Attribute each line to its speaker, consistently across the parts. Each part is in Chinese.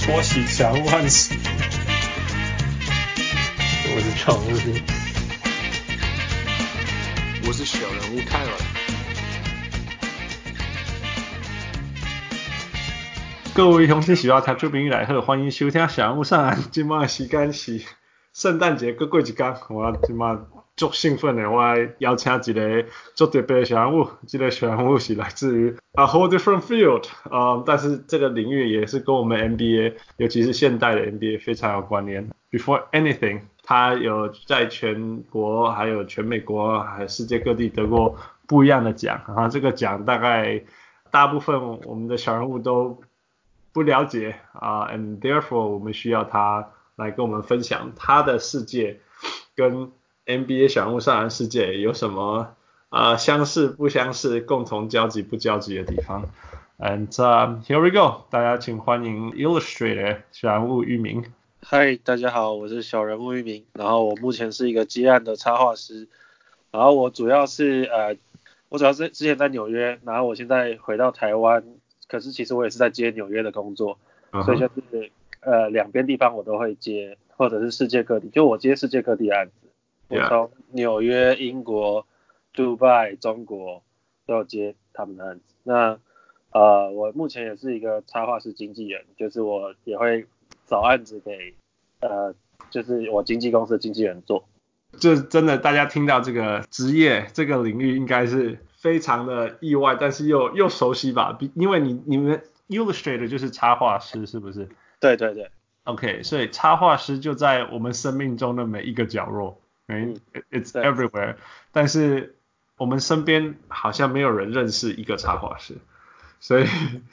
Speaker 1: Squashy 小万事，
Speaker 2: 我是常务兵，
Speaker 3: 我是小人物泰尔。
Speaker 1: 各位同事喜欢台球朋友来好，欢迎收听小人物上岸。今晚的时间是圣诞节过过一天，我今晚足兴奋的，我邀请一个足特别的小人物，这个小人物是来自于 a whole 啊 different field 啊、但是这个领域也是跟我们 NBA，尤其是现代的 NBA 非常有关联。Before anything，他有在全国、还有全美国、还有世界各地得过不一样的奖，然后这个奖大概大部分我们的小人物都不了解啊、a n d therefore 我们需要他来跟我们分享他的世界跟 NBA 小人物上篮世界有什么啊相似不相似、共同交集不交集的地方。And、here um, we go，大家请欢迎 Illustrator 小人物域名。
Speaker 4: 嗨，大家好，我是小人物一名，然后我目前是一个接案的插画师，然后我主要是呃，我主要是之前在纽约，然后我现在回到台湾，可是其实我也是在接纽约的工作，
Speaker 1: 嗯
Speaker 4: 所以
Speaker 1: Uh-huh
Speaker 4: 就是呃两边地方我都会接，或者是世界各地，就我接世界各地案子，我
Speaker 1: Yeah
Speaker 4: 从纽约、英国、杜拜、中国都有接他们的案子。那呃，我目前也是一个插画师经纪人，就是我也会找案子给呃，就是我经纪公司的经纪人做。
Speaker 1: 这真的，大家听到这个职业这个领域，应该是非常的意外，但是又又熟悉吧？比因为你你们 illustrator 就是插画师，是不是
Speaker 4: 对对对，
Speaker 1: ？OK，所以插画师就在我们生命中的每一个角落，right？，it's
Speaker 4: 对
Speaker 1: everywhere。但是我们身边好像没有人认识一个插画师，所以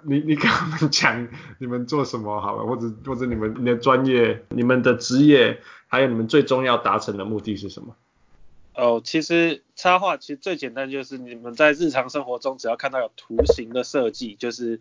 Speaker 1: 你你跟我们讲你们做什么好了，或者或者你们你的专业、你们的职业，还有你们最终要达成的目的是什么？
Speaker 4: 哦，其实插画其实最简单就是你们在日常生活中只要看到有图形的设计，就是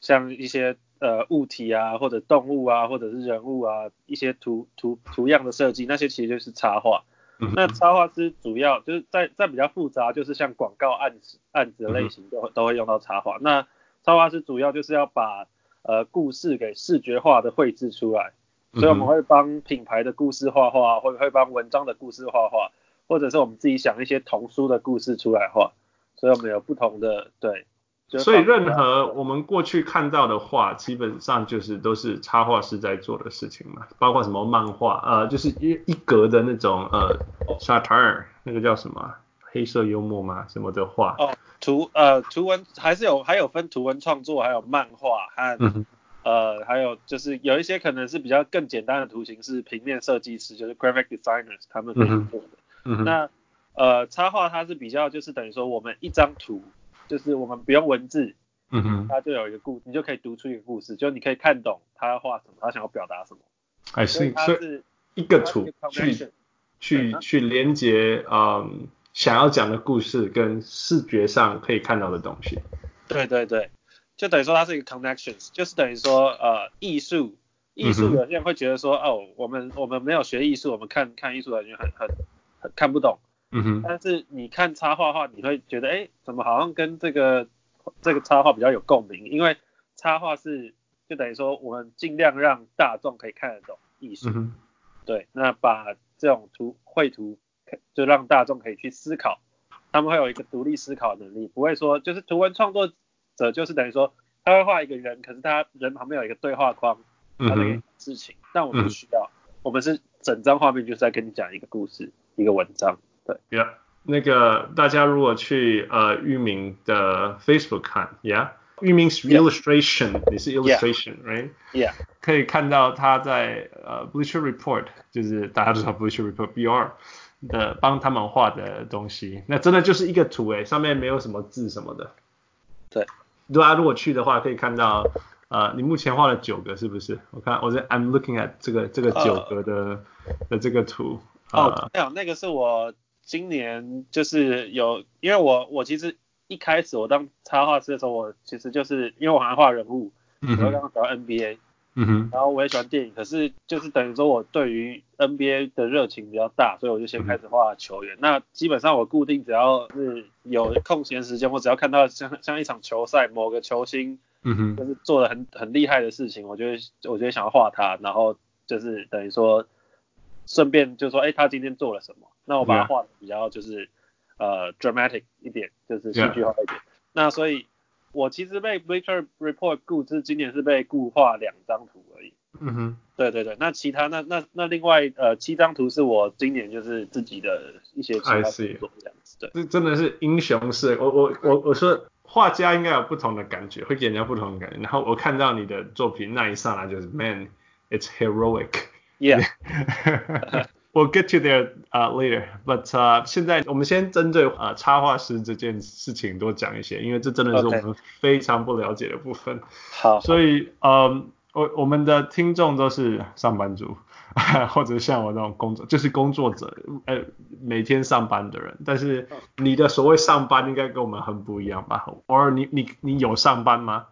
Speaker 4: 像一些呃物体啊，或者动物啊，或者是人物啊，一些图图图样的设计，那些其实就是插画。
Speaker 1: 嗯哼
Speaker 4: 那插画师主要就是在在比较复杂，就是像广告案子案子的
Speaker 1: 嗯
Speaker 4: 类型都会都会用到插画。那插画师主要就是要把呃故事给视觉化的绘制出来，
Speaker 1: 嗯
Speaker 4: 所以我们会帮品牌的故事画画，或者会帮文章的故事画画，或者是我们自己想一些童书的故事出来画。所以我们有不同的对，就是
Speaker 1: 所以
Speaker 4: 仿佛
Speaker 1: 任何我们过去看到的画，基本上就是都是插画师在做的事情嘛，包括什么漫画，呃，就是一一格的那种呃 s a t i r 那个叫什么黑色幽默嘛什么的画，
Speaker 4: 哦图呃图文还是有还有分图文创作，还有漫画和、
Speaker 1: 嗯哼
Speaker 4: 呃，还有就是有一些可能是比较更简单的图形是平面设计师，就是 graphic designers 他们可
Speaker 1: 嗯
Speaker 4: 以
Speaker 1: 哼
Speaker 4: 做的。
Speaker 1: 嗯哼，
Speaker 4: 那呃，插画它是比较就是等于说我们一张图，就是我们不用文字，
Speaker 1: 嗯哼
Speaker 4: 它就有一个故，你就可以读出一个故事，就你可以看懂他要画什么，他想要表达什么。
Speaker 1: 还
Speaker 4: 所以
Speaker 1: 是
Speaker 4: 它
Speaker 1: 所以
Speaker 4: 是
Speaker 1: 一个
Speaker 4: 它是
Speaker 1: 图
Speaker 4: 一个
Speaker 1: 去
Speaker 4: combination，
Speaker 1: 去
Speaker 4: 对
Speaker 1: 去连接嗯想要讲的故事跟视觉上可以看到的东西，
Speaker 4: 对对对，就等于说它是一个 connections，就是等于说呃艺术，艺
Speaker 1: 嗯
Speaker 4: 术
Speaker 1: 哼
Speaker 4: 有些人会觉得说哦，我们我们没有学艺术，我们看看艺术的人就很很很看不懂，
Speaker 1: 嗯哼，
Speaker 4: 但是你看插画画，你会觉得哎，诶怎么好像跟这个这个插画比较有共鸣？因为插画是就等于说我们尽量让大众可以看得懂艺术，
Speaker 1: 嗯哼，
Speaker 4: 对，那把这种图绘图就让大众可以去思考，他们会有一个独立思考能力，不会说就是图文创作者就是等于说他会画一个人，可是他人旁边有一个对话框，他
Speaker 1: 嗯
Speaker 4: 在跟你
Speaker 1: 哼嗯
Speaker 4: 讲事情，但我们不需要，我们是整张画面就是在跟你讲一个故事，一个文章，对。
Speaker 1: ，Yeah，那个大家如果去呃域名的 Facebook 看，Yeah，域名是
Speaker 4: Yeah
Speaker 1: illustration，你是 illustration，right？
Speaker 4: Yeah，
Speaker 1: 可以看到他在呃 Bleacher Report，就是大家知道 Bleacher Report BR 的帮他们画的东西，那真的就是一个图诶，上面没有什么字什么的。
Speaker 4: 对，
Speaker 1: 大家如果去的话，可以看到呃你目前画了九个是不是？我看我在 I'm looking at 这个这个九个的、的这个图。
Speaker 4: 呃
Speaker 1: 呃啊
Speaker 4: 哦，没有，那个是我今年就是有，因为我我其实一开始我当插画师的时候，我其实就是因为我还画人物，
Speaker 1: 嗯
Speaker 4: 我
Speaker 1: 哼
Speaker 4: 刚刚聊 NBA，、
Speaker 1: 嗯哼，
Speaker 4: 然后我也喜欢电影，可是就是等于说我对于 NBA 的热情比较大，所以我就先开始画球员。那基本上我固定只要是有空闲时间，我只要看到像像一场球赛，某个球星
Speaker 1: 嗯
Speaker 4: 就
Speaker 1: 哼，
Speaker 4: 是做了很很厉害的事情，我就会我就会想要画他，然后就是等于说顺便就说，哎、他今天做了什么？那我把它
Speaker 1: Yeah.
Speaker 4: 画的比较就是呃 dramatic 一点，就是戏剧化一点。那所以我其实被 Bleacher Report 雇，就是今年是被雇画两张图而已。
Speaker 1: 嗯哼，
Speaker 4: 对对对，那其他那那那另外呃七张图是我今年就是自己的一些其他
Speaker 1: I
Speaker 4: 工
Speaker 1: see
Speaker 4: 作这样子，对
Speaker 1: 这真的是英雄式。我我我我说画家应该有不同的感觉，会给人家不同的感觉。然后我看到你的作品那一刹那就是 Man，it's heroic。
Speaker 4: ，Yeah，
Speaker 1: we'll get to there uh, later. But uh, 现在我们先针对呃插画师这件事情多讲一些，因为这真的是我
Speaker 4: OK
Speaker 1: 们非常不了解的部分。
Speaker 4: 好，
Speaker 1: 所以嗯，我我们的听众都是上班族， 或者像我那种工作就是工作者，呃，每天上班的人。但是
Speaker 4: 嗯
Speaker 1: 你的所谓上班应该跟我们很不一样吧？偶尔你你你有上班吗？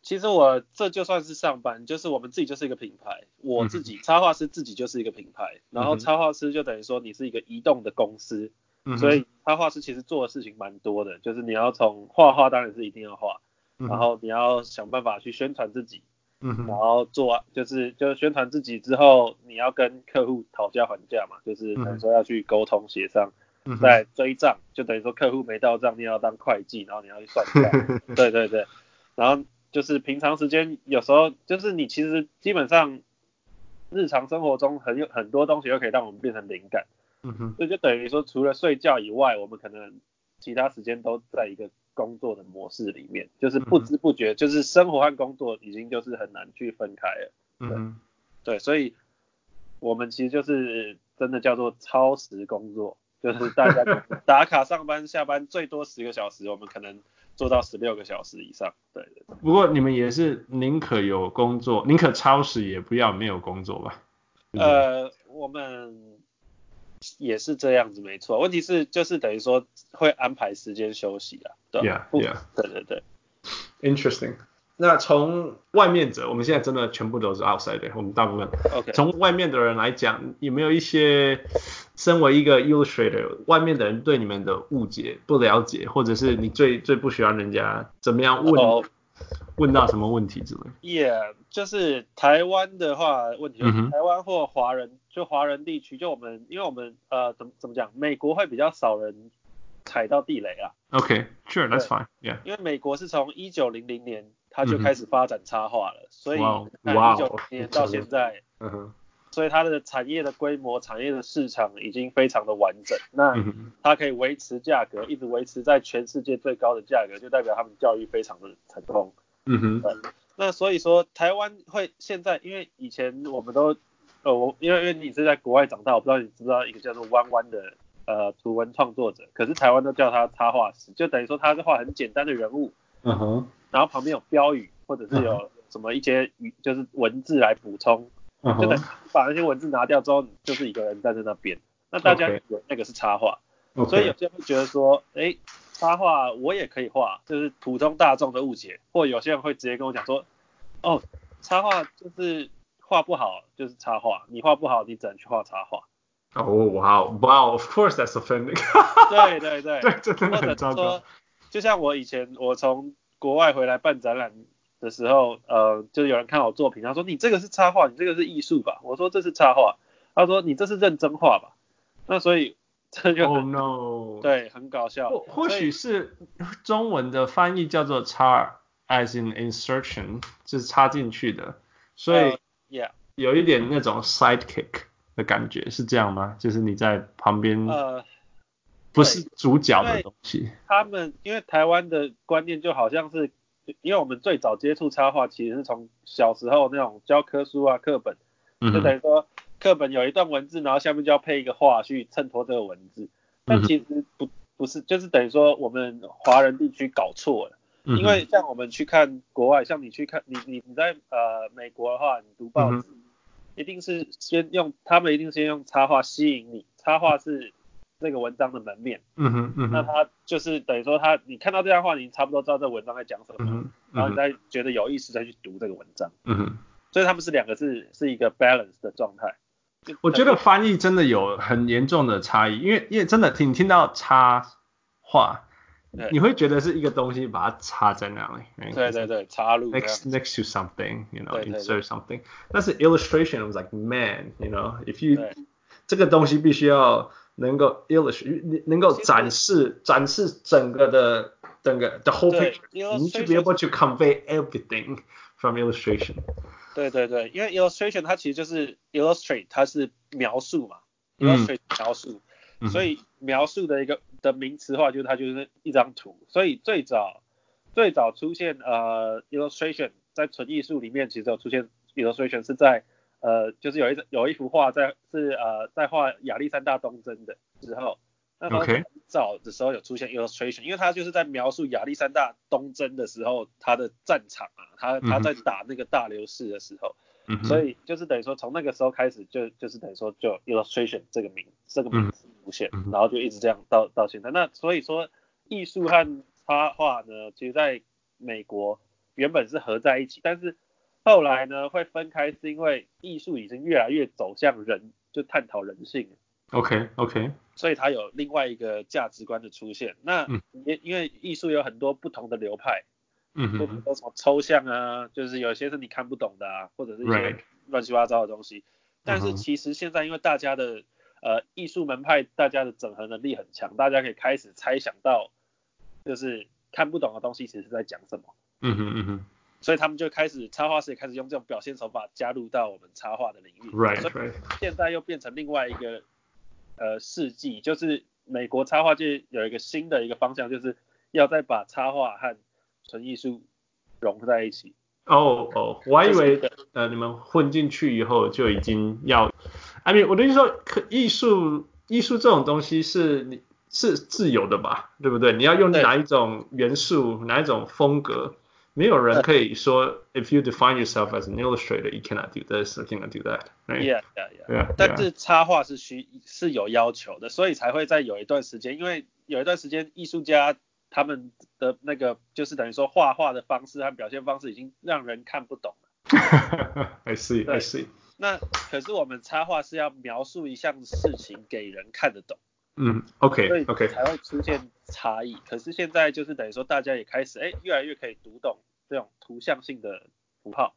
Speaker 4: 其实我这就算是上班，就是我们自己就是一个品牌，我自己插画师自己就是一个品牌，然
Speaker 1: 嗯
Speaker 4: 后
Speaker 1: 嗯哼
Speaker 4: 插画师就等于说你是一个移动的公司，
Speaker 1: 嗯哼
Speaker 4: 所以插画师其实做的事情蛮多的，就是你要从画画当然是一定要画，
Speaker 1: 嗯哼
Speaker 4: 然后你要想办法去宣传自己，
Speaker 1: 嗯
Speaker 4: 然
Speaker 1: 哼
Speaker 4: 后做就是就是宣传自己之后，你要跟客户讨价还价嘛，就是等于说要去沟通协商，
Speaker 1: 嗯哼
Speaker 4: 再追账，就等于说客户没到账，你要当会计，然后你要去算账，对对对，然后就是平常时间有时候就是你其实基本上日常生活中很有很多东西都可以让我们变成灵感，
Speaker 1: 嗯哼
Speaker 4: 所以就等于说除了睡觉以外，我们可能其他时间都在一个工作的模式里面，就是不知不觉就是生活和工作已经就是很难去分开了，
Speaker 1: 嗯哼
Speaker 4: 对，所以我们其实就是真的叫做超时工作，就是大家 打卡上班下班最多十个小时，我们可能做到十六个小时以上。对对对，
Speaker 1: 不过你们也是宁可有工作，宁可超时也不要没有工作吧？嗯
Speaker 4: 呃，我们也是这样子，没错。问题是就是等于说会安排时间休息啊，对吧
Speaker 1: Yeah,
Speaker 4: 不
Speaker 1: yeah.
Speaker 4: 对对对，
Speaker 1: Interesting。那从外面者，我们现在真的全部都是 outsider，我们大部分
Speaker 4: OK
Speaker 1: 从外面的人来讲，有没有一些身为一个 illustrator，外面的人对你们的误解、不了解，或者是你最最不喜欢人家怎么样问
Speaker 4: 哦
Speaker 1: 问到什么问题之类？
Speaker 4: ，Yeah，就是台湾的话，问题就是
Speaker 1: 嗯哼
Speaker 4: 台湾或华人，就华人地区，就我们，因为我们呃，怎么怎么讲，美国会比较少人踩到地雷啊，
Speaker 1: OK，sure，that's、fine，yeah。
Speaker 4: 因为美国是从一九零零年它就
Speaker 1: 嗯哼
Speaker 4: 开始发展插画了，所以
Speaker 1: 哇哦哇哦
Speaker 4: 一九零年到现在，
Speaker 1: 嗯哼，
Speaker 4: 所以它的产业的规模、产业的市场已经非常的完整。那
Speaker 1: 嗯哼，
Speaker 4: 它可以维持价格，一直维持在全世界最高的价格，就代表他们教育非常的成功。
Speaker 1: 嗯哼，
Speaker 4: 那所以说，台湾会现在，因为以前我们都，呃，我因为因为你是在国外长大，我不知道你知不知道一个叫做弯弯的呃图文创作者，可是台湾都叫他插画师，就等于说他是画很简单的人物，
Speaker 1: 嗯哼，
Speaker 4: 然后旁边有标语或者是有什么一些语就是文字来补充，
Speaker 1: 嗯
Speaker 4: 就等
Speaker 1: 哼
Speaker 4: 把那些文字拿掉之后，就是一个人站在那边，那大家
Speaker 1: OK
Speaker 4: 以为那个是插画，
Speaker 1: ，OK，
Speaker 4: 所以有些人会觉得说，哎，插画我也可以画，就是普通大众的误解，或有些人会直接跟我讲说，哦，插画就是画不好就是插画，你画不好你只能去画插 画，
Speaker 1: 哦，哇哦，哇哦，of course that's offending，
Speaker 4: 对对对，
Speaker 1: 对，这 真的
Speaker 4: 或
Speaker 1: 很
Speaker 4: 者是
Speaker 1: 糟糕
Speaker 4: 说，，就像我以前我从国外回来办展览的时候，呃，就是有人看我作品，他说你这个是插画，你这个是艺术吧？我说这是插画，他说你这是认真画吧？那所以 这就
Speaker 1: ，Oh
Speaker 4: 很、
Speaker 1: no，
Speaker 4: 对很搞笑
Speaker 1: 或，或
Speaker 4: 所以
Speaker 1: 许是中文的翻译叫做插，as in insertion，就是插进去的，所以
Speaker 4: 呃 yeah
Speaker 1: 有一点那种 sidekick 的感觉，是这样吗？就是你在旁边
Speaker 4: 呃。
Speaker 1: 不是主角的东西。
Speaker 4: 他们因为台湾的观念就好像是，因为我们最早接触插画其实是从小时候那种教科书啊、课本，
Speaker 1: 嗯
Speaker 4: 就等
Speaker 1: 哼
Speaker 4: 于说课本有一段文字，然后下面就要配一个画去衬托这个文字。但
Speaker 1: 嗯哼
Speaker 4: 其实不不是，就是等于说我们华人地区搞错了，
Speaker 1: 嗯哼
Speaker 4: 因为像我们去看国外，像你去看你你你在呃美国的话，你读报
Speaker 1: 嗯
Speaker 4: 纸，一定是先用他们一定先用插画吸引你，插画是那个文章的门面。
Speaker 1: 嗯哼嗯
Speaker 4: 那
Speaker 1: 哼
Speaker 4: 他就是等于说他，你看到这样的话，你差不多知道这文章在讲什
Speaker 1: 嗯
Speaker 4: 么，
Speaker 1: 哼
Speaker 4: 然后
Speaker 1: 嗯哼
Speaker 4: 你再觉得有意思再去读这个文章。
Speaker 1: 嗯哼
Speaker 4: 所以他们是两个是是一个 balance 的状态。
Speaker 1: 我觉得翻译真的有很严重的差异，因为因为真的你听到插话，
Speaker 4: 对
Speaker 1: 你会觉得是一个东西把它插在那里。right？
Speaker 4: 对对对，插入这样
Speaker 1: next next to something, you know,
Speaker 4: 对对对
Speaker 1: insert something. 但是 illustration was like man, you know, if you
Speaker 4: 对
Speaker 1: 这个东西必须要能够 illustrate，能够展示展示整个的整个 the whole
Speaker 4: 对
Speaker 1: picture. You need to be able to convey everything from illustration.
Speaker 4: 对对对，因为 illustration 它其实就是 illustrate，它是描述嘛、
Speaker 1: 嗯
Speaker 4: i l l u s t r a t e 描述，
Speaker 1: 嗯
Speaker 4: 所以描述的一个的名词化就是它就是一张图，所以最早最早出现呃 illustration 在纯艺术里面其实有出现 illustration 是在呃就是有一有一幅画在是呃在画亚历山大东征的时候，那方
Speaker 1: OK
Speaker 4: 很早的时候有出现 illustration，因为它就是在描述亚历山大东征的时候他的战场啊，他
Speaker 1: 嗯
Speaker 4: 他在打那个大流士的时候。
Speaker 1: 嗯哼
Speaker 4: 所以就是等于说从那个时候开始就就是等于说就 illustration 这个名这个名词出现，
Speaker 1: 嗯哼
Speaker 4: 然后就一直这样到到现在。那所以说艺术和插画呢，其实在美国原本是合在一起，但是后来呢会分开，是因为艺术已经越来越走向人，就探讨人性了。
Speaker 1: OK OK，
Speaker 4: 所以它有另外一个价值观的出现。那
Speaker 1: 嗯
Speaker 4: 也因为艺术有很多不同的流派，
Speaker 1: 嗯
Speaker 4: 就
Speaker 1: 哼
Speaker 4: 比如说什么抽象啊，就是有些是你看不懂的啊，或者是一些
Speaker 1: Right
Speaker 4: 乱七八糟的东西。但
Speaker 1: 嗯
Speaker 4: 是
Speaker 1: 哼
Speaker 4: 其实现在因为大家的呃艺术门派，大家的整合能力很强，大家可以开始猜想到，就是看不懂的东西其实是在讲什么。
Speaker 1: 嗯哼嗯哼
Speaker 4: 所以他们就开始插画师也开始用这种表现手法加入到我们插画的领域。
Speaker 1: ，Right
Speaker 4: 所以
Speaker 1: Right，
Speaker 4: 现在又变成另外一个呃世纪，就是美国插画界有一个新的一个方向，就是要再把插画和纯艺术融在一起。
Speaker 1: 哦哦，我还以为
Speaker 4: 就是
Speaker 1: 呃你们混进去以后就已经要，I mean 我的意思说，可艺术艺术这种东西是你是自由的吧，对不对？你要用
Speaker 4: 对
Speaker 1: 哪一种元素，哪一种风格，没有人可以说 if you define yourself as an illustrator, you cannot do this, you cannot do that, right?
Speaker 4: Yeah, yeah, yeah.
Speaker 1: 对啊，
Speaker 4: 但是插画是需是有要求的，所以才会在有一段时间，因为有一段时间艺术家他们的那个就是等于说画画的方式和表现方式已经让人看不懂了。
Speaker 1: I see,
Speaker 4: 对
Speaker 1: I see，
Speaker 4: 那可是我们插画是要描述一项事情给人看得懂。
Speaker 1: 嗯
Speaker 4: 所
Speaker 1: ，OK
Speaker 4: 以
Speaker 1: OK，
Speaker 4: 才会出现差异。可是现在就是等于说，大家也开始哎、越来越可以读懂这种图像性的符号，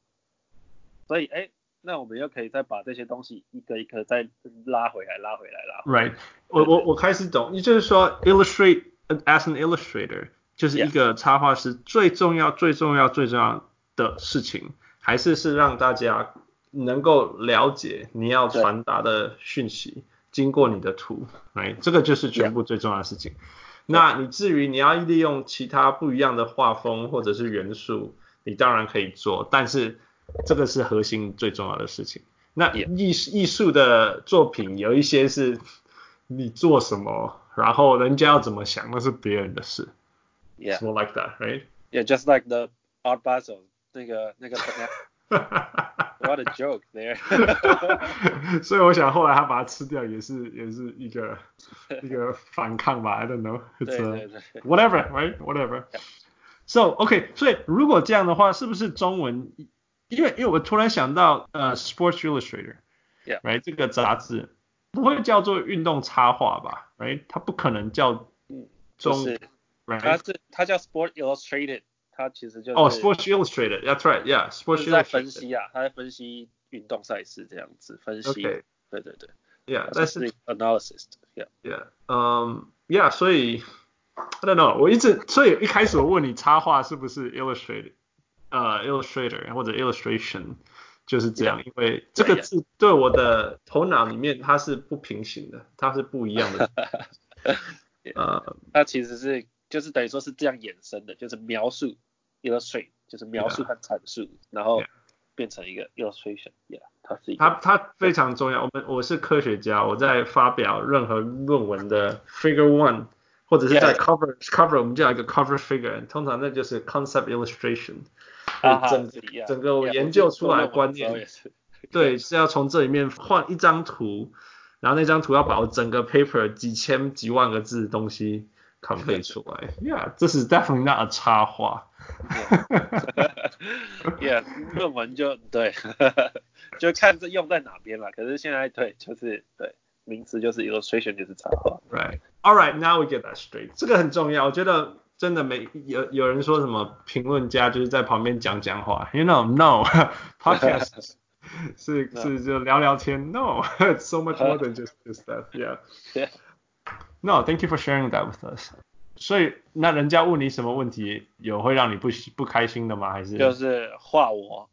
Speaker 4: 所以哎、那我们又可以再把这些东西一个一个再拉回来，拉回来，拉回
Speaker 1: Right，我我我开始懂，也就是说，illustrate as an illustrator 就是一个插画师最重要、最重要、最重要的事情，还是是让大家能够了解你要
Speaker 4: 对
Speaker 1: 传达的讯息，经过你的图，Right，这个就是全部最重要的事情。那你至于你要利用其他不一样的画风或者是元素，你当然可以做，但是这个是核心最重要的事情。那
Speaker 4: Yeah.
Speaker 1: 艺艺术的作品有一些是 你做什么，然后人家要怎么想，那是别人的事。
Speaker 4: 来。
Speaker 1: It's more like that, right?
Speaker 4: Yeah, yeah, just like the Art Basel 那个那个 What a joke there
Speaker 1: 所以我想后来他把它吃掉，也是也是一个一个反抗吧。I don't know.
Speaker 4: 对。
Speaker 1: It's
Speaker 4: 对
Speaker 1: a-
Speaker 4: 对对。
Speaker 1: whatever, right? Whatever. So OK，所以如果这样的话，是不是中文？因为因为我突然想到，呃，Sports Illustrator，right
Speaker 4: Yeah.
Speaker 1: 这个杂志不会叫做运动插画吧？right 它不可能叫
Speaker 4: 嗯就
Speaker 1: 中
Speaker 4: 是它
Speaker 1: right
Speaker 4: 是它叫 Sport Illustrated，它其实就是
Speaker 1: 哦，Sports Illustrated，that's right，yeah，Sports
Speaker 4: 就是
Speaker 1: Illustrated
Speaker 4: 在分析啊，它在分析运动赛事这样子分析。
Speaker 1: OK，yeah，
Speaker 4: 对对对。
Speaker 1: 但是
Speaker 4: analysis，yeah.
Speaker 1: Yeah，嗯、y e a h 所以 I don't know，我一直所以一开始我问你插画是不是 illustrated，呃、illustrator 或者 illustration 就是这样因为这个
Speaker 4: yeah.
Speaker 1: 字对我的头脑里面它是不平行的，它是不一样的。呃，
Speaker 4: 它其实是就是等于说是这样衍生的，就是描述 illustrate，就是描述
Speaker 1: Yeah.
Speaker 4: 和阐述然后
Speaker 1: Yeah.
Speaker 4: 变成一个 illustration，yeah，它是一
Speaker 1: 它
Speaker 4: 个
Speaker 1: 它非常重要。我们我是科学家，我在发表任何论文的 figure one。或者是在
Speaker 4: Yeah.
Speaker 1: cover cover，我们叫一个 cover figure，通常那就是 concept illustration，
Speaker 4: 啊哈哈
Speaker 1: 整
Speaker 4: yeah,
Speaker 1: 整个我
Speaker 4: yeah，
Speaker 1: 研究出来
Speaker 4: 我
Speaker 1: 的观念
Speaker 4: 做论文的时候也是
Speaker 1: 对，是要从这里面换一张图，然后那张图要把我整个 paper 几千几万个字的东西 convey 出来。Yeah, this is definitely not a 插画。
Speaker 4: Yeah，论文就对， 就看这用在哪边了。可是现在对，就是对名词就是 illustration 就是插画。
Speaker 1: Right. All right. Now we get that straight. 这个很重要，我觉得真的没有有人说什么评论家就是在旁边讲讲话，You know, no podcast 是是就聊聊天，No, it's so much more than just just that. Yeah.
Speaker 4: Yeah.
Speaker 1: No, thank you for sharing that with us. 所以那人家问你什么问题，有会让你不喜不开心的吗？还是
Speaker 4: 就是画我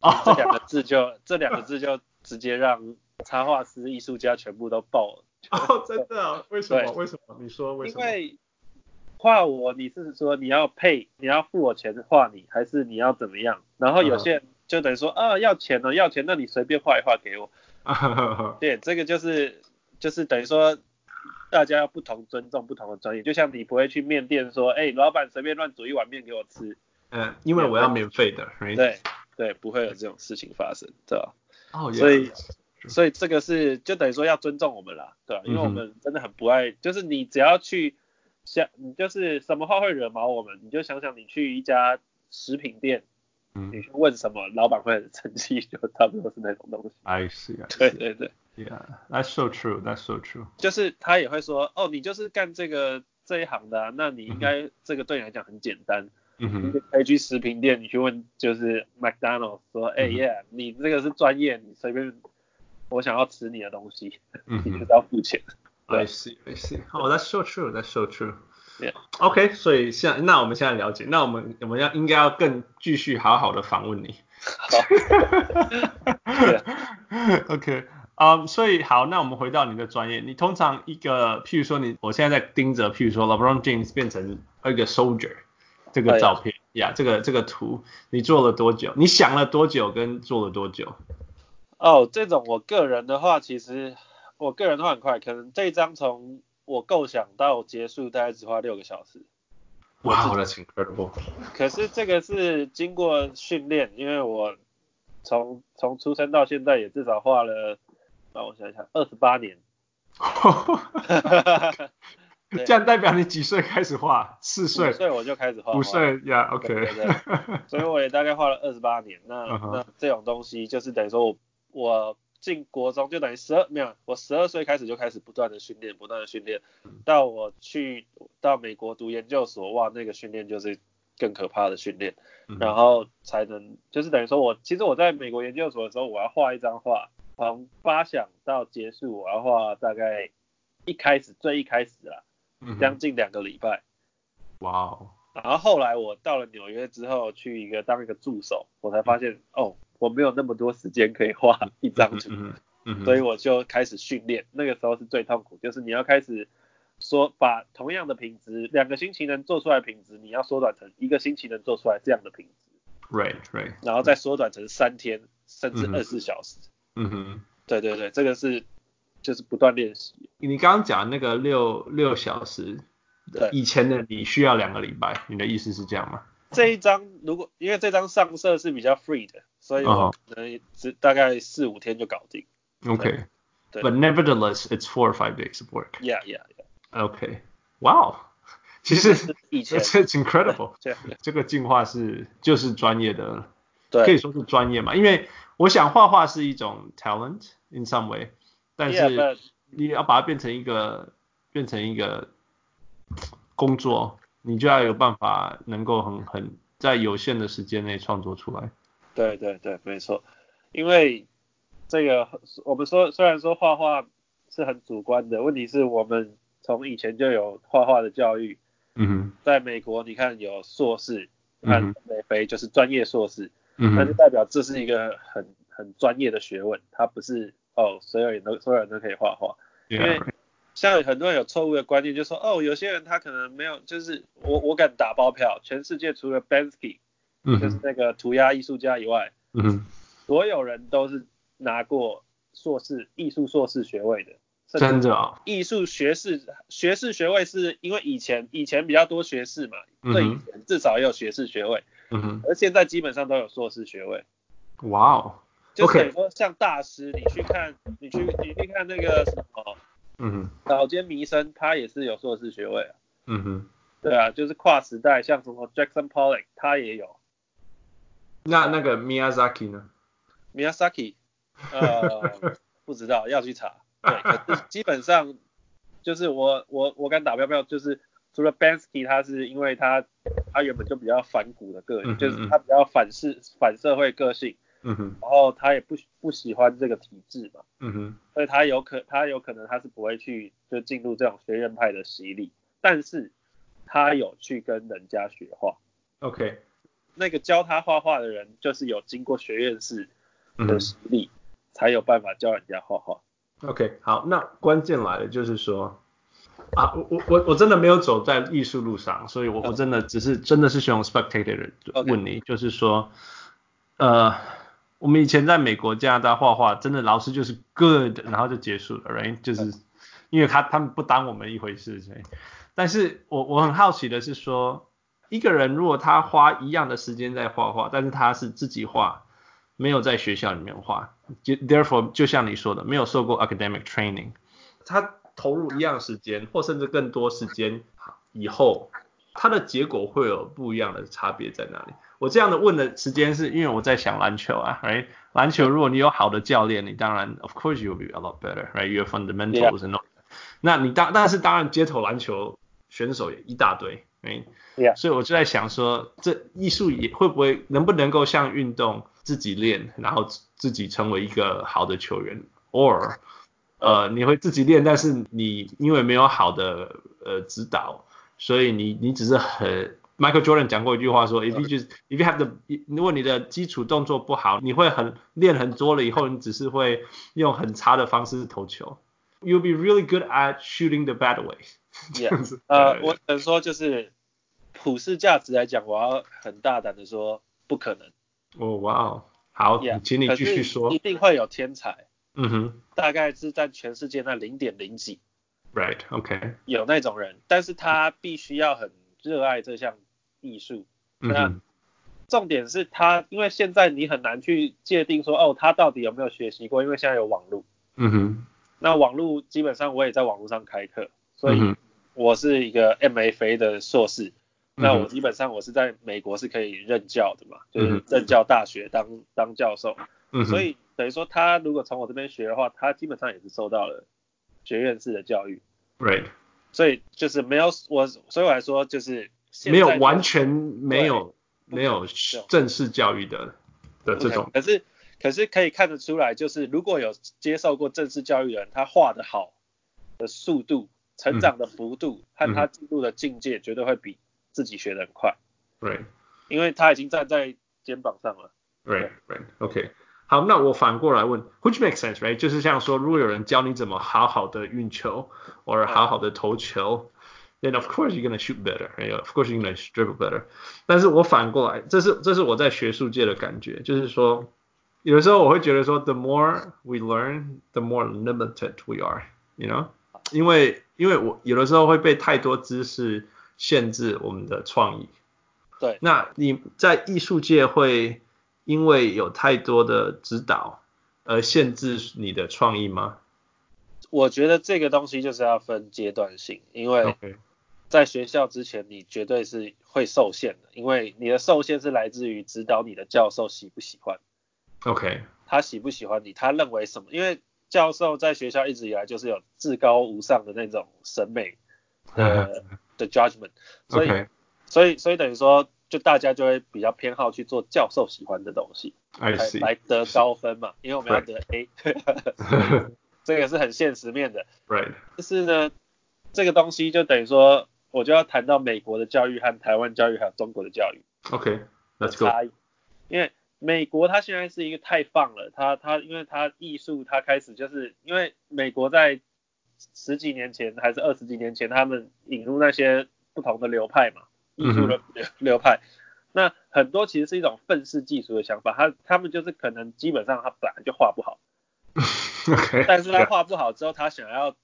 Speaker 1: 哦
Speaker 4: 这两个字就这两个字就直接让插画师、艺术家全部都爆了，
Speaker 1: 哦，真的啊、为什么？
Speaker 4: 对
Speaker 1: 为什么？你说为
Speaker 4: 因
Speaker 1: 什 么？
Speaker 4: 为画我你是说你要配你要付我钱画你，还是你要怎么样？然后有些人就等于说啊要钱哦要钱，那你随便画一画给我。对，这个就是就是等于说。大家要不同尊重不同的专业，就像你不会去面店说，哎、老板随便乱煮一碗面给我吃，
Speaker 1: 嗯，因为我要免费的，right？
Speaker 4: 对对，不会有这种事情发生，对吧？
Speaker 1: 哦，
Speaker 4: 所以
Speaker 1: yeah，
Speaker 4: 所以这个是就等于说要尊重我们啦，对吧、因为我
Speaker 1: 嗯哼
Speaker 4: 们真的很不爱，就是你只要去想，你就是什么话会惹毛我们，你就想想你去一家食品店，
Speaker 1: 嗯
Speaker 4: 你去问什么，老板会很生气，就差不多是那种东西。
Speaker 1: ，I see，I
Speaker 4: 对
Speaker 1: see。
Speaker 4: 对对，
Speaker 1: Yeah, that's so true. That's so true.
Speaker 4: 就是他也会说，哦，你就是干这个这一行的、啊，那你应该这个对你来讲很简单，你
Speaker 1: 嗯
Speaker 4: 就可以去食品店，你去问就是 McDonald 说，
Speaker 1: 嗯
Speaker 4: 哎、
Speaker 1: 哼
Speaker 4: y e a h 你这个是专业，你随便我想要吃你的东西，
Speaker 1: 嗯
Speaker 4: 你
Speaker 1: 哼
Speaker 4: 就是要付钱。
Speaker 1: ，I see, I see. Oh, that's so true. That's so true.
Speaker 4: Yeah.
Speaker 1: OK，所以现那我们现在了解，那我们我们要应该要更继续好好的访 问你。OK，啊、所以好，那我们回到你的专业，你通常一个，譬如说你，我现在在盯着，譬如说 LeBron James 变成一个 soldier 这
Speaker 4: 哎
Speaker 1: 个
Speaker 4: 呀
Speaker 1: 照片呀这个这个图，你做了多久？你想了多久？跟做了多久？
Speaker 4: 哦，这种我个人的话，其实我个人的话很快，可能这一张从我构想到结束大概只花六个小时。
Speaker 1: 哇、wow,，That's incredible！
Speaker 4: 可是这个是经过训练，因为我从从出生到现在也至少画了，让我想一想，二十八年。对
Speaker 1: 这样代表你几岁开始画？四岁
Speaker 4: 五、岁我就开始画画，
Speaker 1: 五岁呀
Speaker 4: 对
Speaker 1: ，OK，
Speaker 4: 对对，所以我也大概花了二十八年。那、
Speaker 1: 嗯哼
Speaker 4: 那这种东西就是等于说我我进国中就等于十二没有，我十二岁开始就开始不断的训练，不断的训练，
Speaker 1: 嗯
Speaker 4: 到我去到美国读研究所，哇，那个训练就是更可怕的训练，
Speaker 1: 嗯
Speaker 4: 然后才能就是等于说我其实我在美国研究所的时候，我要画一张画，从发想到结束，我要画大概一开始最一开始啊，
Speaker 1: 嗯哼
Speaker 4: 将近两个礼拜。
Speaker 1: 哇哦，
Speaker 4: 然后后来我到了纽约之后，去一个当一个助手，我才发现哦，我没有那么多时间可以 画一张图，
Speaker 1: 嗯哼嗯哼，
Speaker 4: 所以我就开始训练。那个时候是最痛苦，就是你要开始说把同样的品质，两个星期能做出来的品质，你要缩短成一个星期能做出来这样的品质，
Speaker 1: right right，
Speaker 4: 然后再缩短成三天甚至
Speaker 1: 嗯
Speaker 4: 二十四小时。
Speaker 1: 嗯哼。
Speaker 4: 对对对，这个是就是不断练习。
Speaker 1: 你刚刚讲那个六六小时，
Speaker 4: 对
Speaker 1: 以前的你需要两个礼拜，你的意思是这样吗？
Speaker 4: 这一张如果因为这张上色是比较 free 的，所以我
Speaker 1: 哦
Speaker 4: 可能只大概四五天就搞定。
Speaker 1: Okay.
Speaker 4: 对
Speaker 1: But nevertheless, it's four or five days of work.
Speaker 4: Yeah, yeah, yeah.
Speaker 1: Okay. Wow. 其实
Speaker 4: 以前
Speaker 1: it's it's incredible.
Speaker 4: 对
Speaker 1: 这个进化是就是专业的，可以
Speaker 4: 对
Speaker 1: 说是专业嘛。因为我想画画是一种 talent in some way，但
Speaker 4: ，Yeah,
Speaker 1: 是
Speaker 4: but
Speaker 1: 你要把它变成一个变成一个工作，你就要有办法能够很很在有限的时间内创作出来。
Speaker 4: 对对对，没错，因为这个我们说虽然说画画是很主观的，问题是我们从以前就有画画的教育，
Speaker 1: 嗯
Speaker 4: 在美国你看有硕士，
Speaker 1: 嗯
Speaker 4: 看
Speaker 1: 哼
Speaker 4: 北非就是专业硕士，
Speaker 1: 哼，嗯
Speaker 4: 那就
Speaker 1: 哼，
Speaker 4: 代表这是一个很很专业的学问，它不是哦所有人都所有人都可以画画。因为
Speaker 1: Yeah, right.
Speaker 4: 像很多人有错误的观念，就说哦，有些人他可能没有，就是我我敢打包票，全世界除了 Bansky
Speaker 1: 嗯
Speaker 4: 就是
Speaker 1: 哼，
Speaker 4: 那个涂鸦艺术家以外，
Speaker 1: 嗯哼，
Speaker 4: 所有人都是拿过硕士艺术硕士学位的，甚
Speaker 1: 真
Speaker 4: 至
Speaker 1: 的哦，
Speaker 4: 艺术学士学士学位是因为以前以前比较多学士嘛，
Speaker 1: 嗯哼
Speaker 4: 最以前至少也有学士学位，
Speaker 1: 嗯哼，
Speaker 4: 而现在基本上都有硕士学位。
Speaker 1: 哇哦，
Speaker 4: 就是
Speaker 1: OK
Speaker 4: 等于说像大师，你去看你去你去看那个什么
Speaker 1: 嗯
Speaker 4: 岛间弥生，他也是有硕士学位啊、
Speaker 1: 嗯哼，
Speaker 4: 对啊，就是跨时代，像什么 Jackson Pollock 他也有
Speaker 1: 那那个 Miyazaki 呢？
Speaker 4: Miyazaki，呃，不知道要去查。对，可是基本上就是我我我敢打标票，就是除了 Bansky，他是因为他他原本就比较反骨的个
Speaker 1: 嗯嗯
Speaker 4: 性，
Speaker 1: 嗯
Speaker 4: 就是他比较反世反社会个性，
Speaker 1: 嗯哼，
Speaker 4: 然后他也不不喜欢这个体制嘛，
Speaker 1: 嗯哼，
Speaker 4: 所以他有可他有可能他是不会去就进入这种学院派的洗礼，但是他有去跟人家学画。
Speaker 1: OK，
Speaker 4: 那个教他画画的人，就是有经过学院式
Speaker 1: 嗯
Speaker 4: 的实力，才有办法教人家画画。
Speaker 1: OK，好，那关键来了，就是说，啊，我我我我真的没有走在艺术路上，所以我我真的只是真的是选 spectator 问你就是说，呃，我们以前在美国、加拿大画画，真的老师就是 good，然后就结束了，right？就是因为他他们不当我们一回事，right？但是我我很好奇的是说，一个人如果他花一样的时间在画画，但是他是自己画，没有在学校里面画，就 therefore 就像你说的，没有受过 academic training，他投入一样时间或甚至更多时间以后，他的结果会有不一样的差别在哪里？我这样的问的时间是因为我在想篮球啊，right？篮球如果你有好的教练，你当然 of course you will be a lot better，right？Your fundamentals and all that。那你当但是当然街头篮球选手也一大堆，right？
Speaker 4: Yeah.
Speaker 1: 所以我就在想说，这艺术也会不会能不能够像运动自己练，然后自己成为一个好的球员，or 呃你会自己练，但是你因为没有好的呃指导，所以你你只是很 Michael Jordan 讲过一句话说，if
Speaker 4: 嗯
Speaker 1: you just if you have the 如果你的基础动作不好，你会很练很多了以后，你只是会用很差的方式投球。You'll be really good at shooting the bad way。
Speaker 4: Yeah，
Speaker 1: 子
Speaker 4: 呃，
Speaker 1: 对
Speaker 4: 我只能说就是普世价值来讲，我要很大胆的说，不可能。
Speaker 1: 哦，哇哦，好
Speaker 4: Yeah，
Speaker 1: 请你继续
Speaker 4: 可是
Speaker 1: 说
Speaker 4: 一。定会有天才，
Speaker 1: 嗯哼
Speaker 4: 大概是占全世界那零点零几
Speaker 1: ，Right，OK，
Speaker 4: 有那种人，但是他必须要很热爱这项艺术。
Speaker 1: 嗯哼，
Speaker 4: 重点是他，因为现在你很难去界定说，哦，他到底有没有学习过，因为现在有网络。
Speaker 1: 嗯哼，
Speaker 4: 那网络基本上我也在网络上开课，所
Speaker 1: 嗯
Speaker 4: 以
Speaker 1: 哼
Speaker 4: 我是一个 MFA 的硕士。那
Speaker 1: 嗯
Speaker 4: 我
Speaker 1: 哼
Speaker 4: 基本上我是在美国是可以任教的嘛，
Speaker 1: 嗯
Speaker 4: 就是
Speaker 1: 哼
Speaker 4: 任教大学当当教授，
Speaker 1: 嗯哼，
Speaker 4: 所以等于说他如果从我这边学的话，他基本上也是受到了学院式的教育，
Speaker 1: Right，
Speaker 4: 所以就是没有我，所以我来说就是现
Speaker 1: 没
Speaker 4: 在
Speaker 1: 有完全没有
Speaker 4: 对
Speaker 1: 没有
Speaker 4: 不可能
Speaker 1: 正式教育的的这种，
Speaker 4: 可是可是可以看得出来，就是如果有接受过正式教育的人，他画的好的速度、成长的幅度
Speaker 1: 嗯
Speaker 4: 和他进入的境界，绝对会比自己学的很快，
Speaker 1: ，Right。
Speaker 4: 因为他已经站在肩膀上了。
Speaker 1: Right, right, OK。好，那我反过来问，Which makes sense, right？就是像说，如果有人教你怎么好好的运球，或者好好的投球，then of course you're gonna shoot better, right? Of course you're gonna dribble better。但是我反过来，这是这是我在学术界的感觉，就是说，有的时候我会觉得说，the more we learn, the more limited we are, you know？因为因为我有的时候会被太多知识限制我们的创意。
Speaker 4: 对
Speaker 1: 那你在艺术界会因为有太多的指导而限制你的创意吗
Speaker 4: 我觉得这个东西就是要分阶段性，因为
Speaker 1: ？OK，
Speaker 4: 在学校之前，你绝对是会受限的，因为你的受限是来自于指导你的教授喜不喜欢，
Speaker 1: OK，
Speaker 4: 他喜不喜欢你，他认为什么？因为教授在学校一直以来就是有至高无上的那种审美的的 judgment，所以
Speaker 1: OK，
Speaker 4: 所以所以等于说，就大家就会比较偏好去做教授喜欢的东西，
Speaker 1: I
Speaker 4: 来
Speaker 1: see，
Speaker 4: 来得高分嘛，因为我们要得 A，这个是很现实面的。
Speaker 1: right，
Speaker 4: 但是呢，这个东西就等于说，我就要谈到美国的教育和台湾教育还有中国的教育
Speaker 1: OK，let's、
Speaker 4: 的
Speaker 1: go，
Speaker 4: 差异。因为美国它现在是一个太放了，它它因为它艺术它开始就是因为美国在十几年前还是二十几年前，他们引入那些不同的流派嘛，
Speaker 1: 嗯
Speaker 4: 艺术的流流派。那很多其实是一种愤世嫉俗的想法，他他们就是可能基本上他本来就画不 好，
Speaker 1: OK，
Speaker 4: 但是他
Speaker 1: yeah，
Speaker 4: 画不好之后，他想要，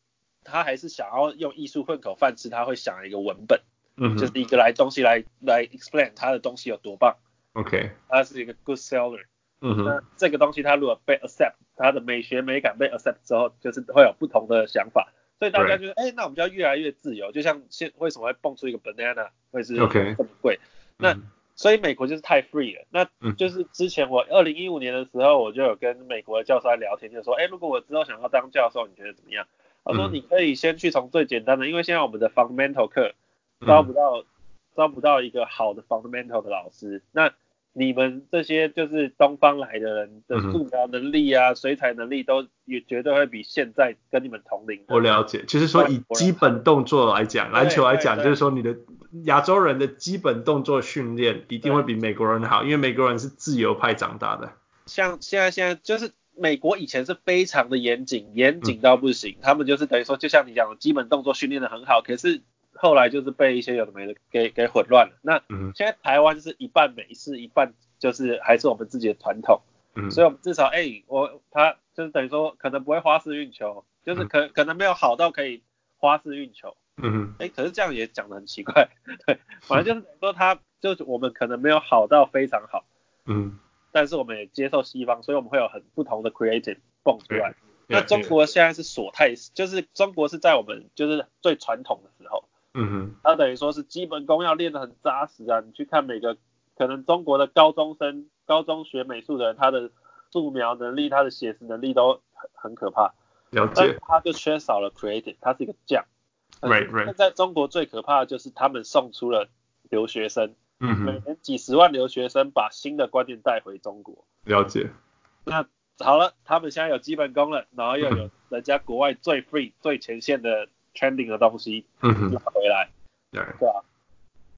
Speaker 4: 他还是想要用艺术混口饭吃，他会想一个文本，
Speaker 1: 嗯
Speaker 4: 就
Speaker 1: 哼
Speaker 4: 是一个来东西来来 explain 他的东西有多棒，
Speaker 1: ，OK，
Speaker 4: 他是一个 good seller。
Speaker 1: 嗯哼
Speaker 4: 那这个东西他如果被 accept，他的美学美感被 accept 之后，就是会有不同的想法，所以大家就是哎、那我们就要越来越自由，就像现为什么会蹦出一个 banana 会是
Speaker 1: OK
Speaker 4: 这么贵那
Speaker 1: 嗯
Speaker 4: 所以美国就是太 free 了。那
Speaker 1: 嗯
Speaker 4: 就是之前我二零一五年的时候，我就有跟美国的教授在聊天，就说，哎，如果我之后想要当教授，你觉得怎么样？他说
Speaker 1: 嗯
Speaker 4: 你可以先去从最简单的，因为现在我们的 fundamental 课
Speaker 1: 嗯
Speaker 4: 招不到、招不到一个好的 fundamental 的老师，那你们这些就是东方来的人的
Speaker 1: 嗯哼
Speaker 4: 素描能力啊、水彩能力都也绝对会比现在跟你们同龄的
Speaker 1: 我了解，就是说以基本动作来讲，
Speaker 4: 对
Speaker 1: 篮球来讲，
Speaker 4: 对
Speaker 1: 就
Speaker 4: 对
Speaker 1: 是说你的亚洲人的基本动作训练一定会比美国人好，因为美国人是自由派长大的。
Speaker 4: 像现在现在就是美国以前是非常的严谨，严谨到不行，他们就是等于说，就像你讲的，基本动作训练的很好，可是后来就是被一些有的没的给给混乱了。那
Speaker 1: 嗯
Speaker 4: 现在台湾是一半美式，一半就是还是我们自己的传统，
Speaker 1: 嗯，
Speaker 4: 所以我们至少哎、我他就是等于说可能不会花式运球，就是可可能没有好到可以花式运球，
Speaker 1: 嗯
Speaker 4: 哎、可是这样也讲的很奇怪，对，反正就是说他就是我们可能没有好到非常好。
Speaker 1: 嗯，
Speaker 4: 但是我们也接受西方，所以我们会有很不同的 creative 蹦出来。那
Speaker 1: Yeah,
Speaker 4: 中国现在是锁态，就是中国是在我们就是最传统的时候，
Speaker 1: 嗯哼
Speaker 4: 它等于说是基本功要练得很扎实啊。你去看每个可能中国的高中生，高中学美术的人，他的素描能力、他的写实能力都很很可怕，
Speaker 1: 了
Speaker 4: 但是
Speaker 1: 解
Speaker 4: 他就缺少了 creative，他是一个匠。
Speaker 1: ，right right，
Speaker 4: 但在中国最可怕的就是他们送出了留学生，
Speaker 1: 嗯
Speaker 4: 每
Speaker 1: 哼，
Speaker 4: 年几十万留学生把新的观念带回中国。
Speaker 1: 了解，
Speaker 4: 那好了，他们现在有基本功了，然后又 有人家国外最 free、最前线的 trending 的东西
Speaker 1: 嗯
Speaker 4: 拉
Speaker 1: 哼
Speaker 4: 回来，
Speaker 1: ，right，I
Speaker 4: 对吧、啊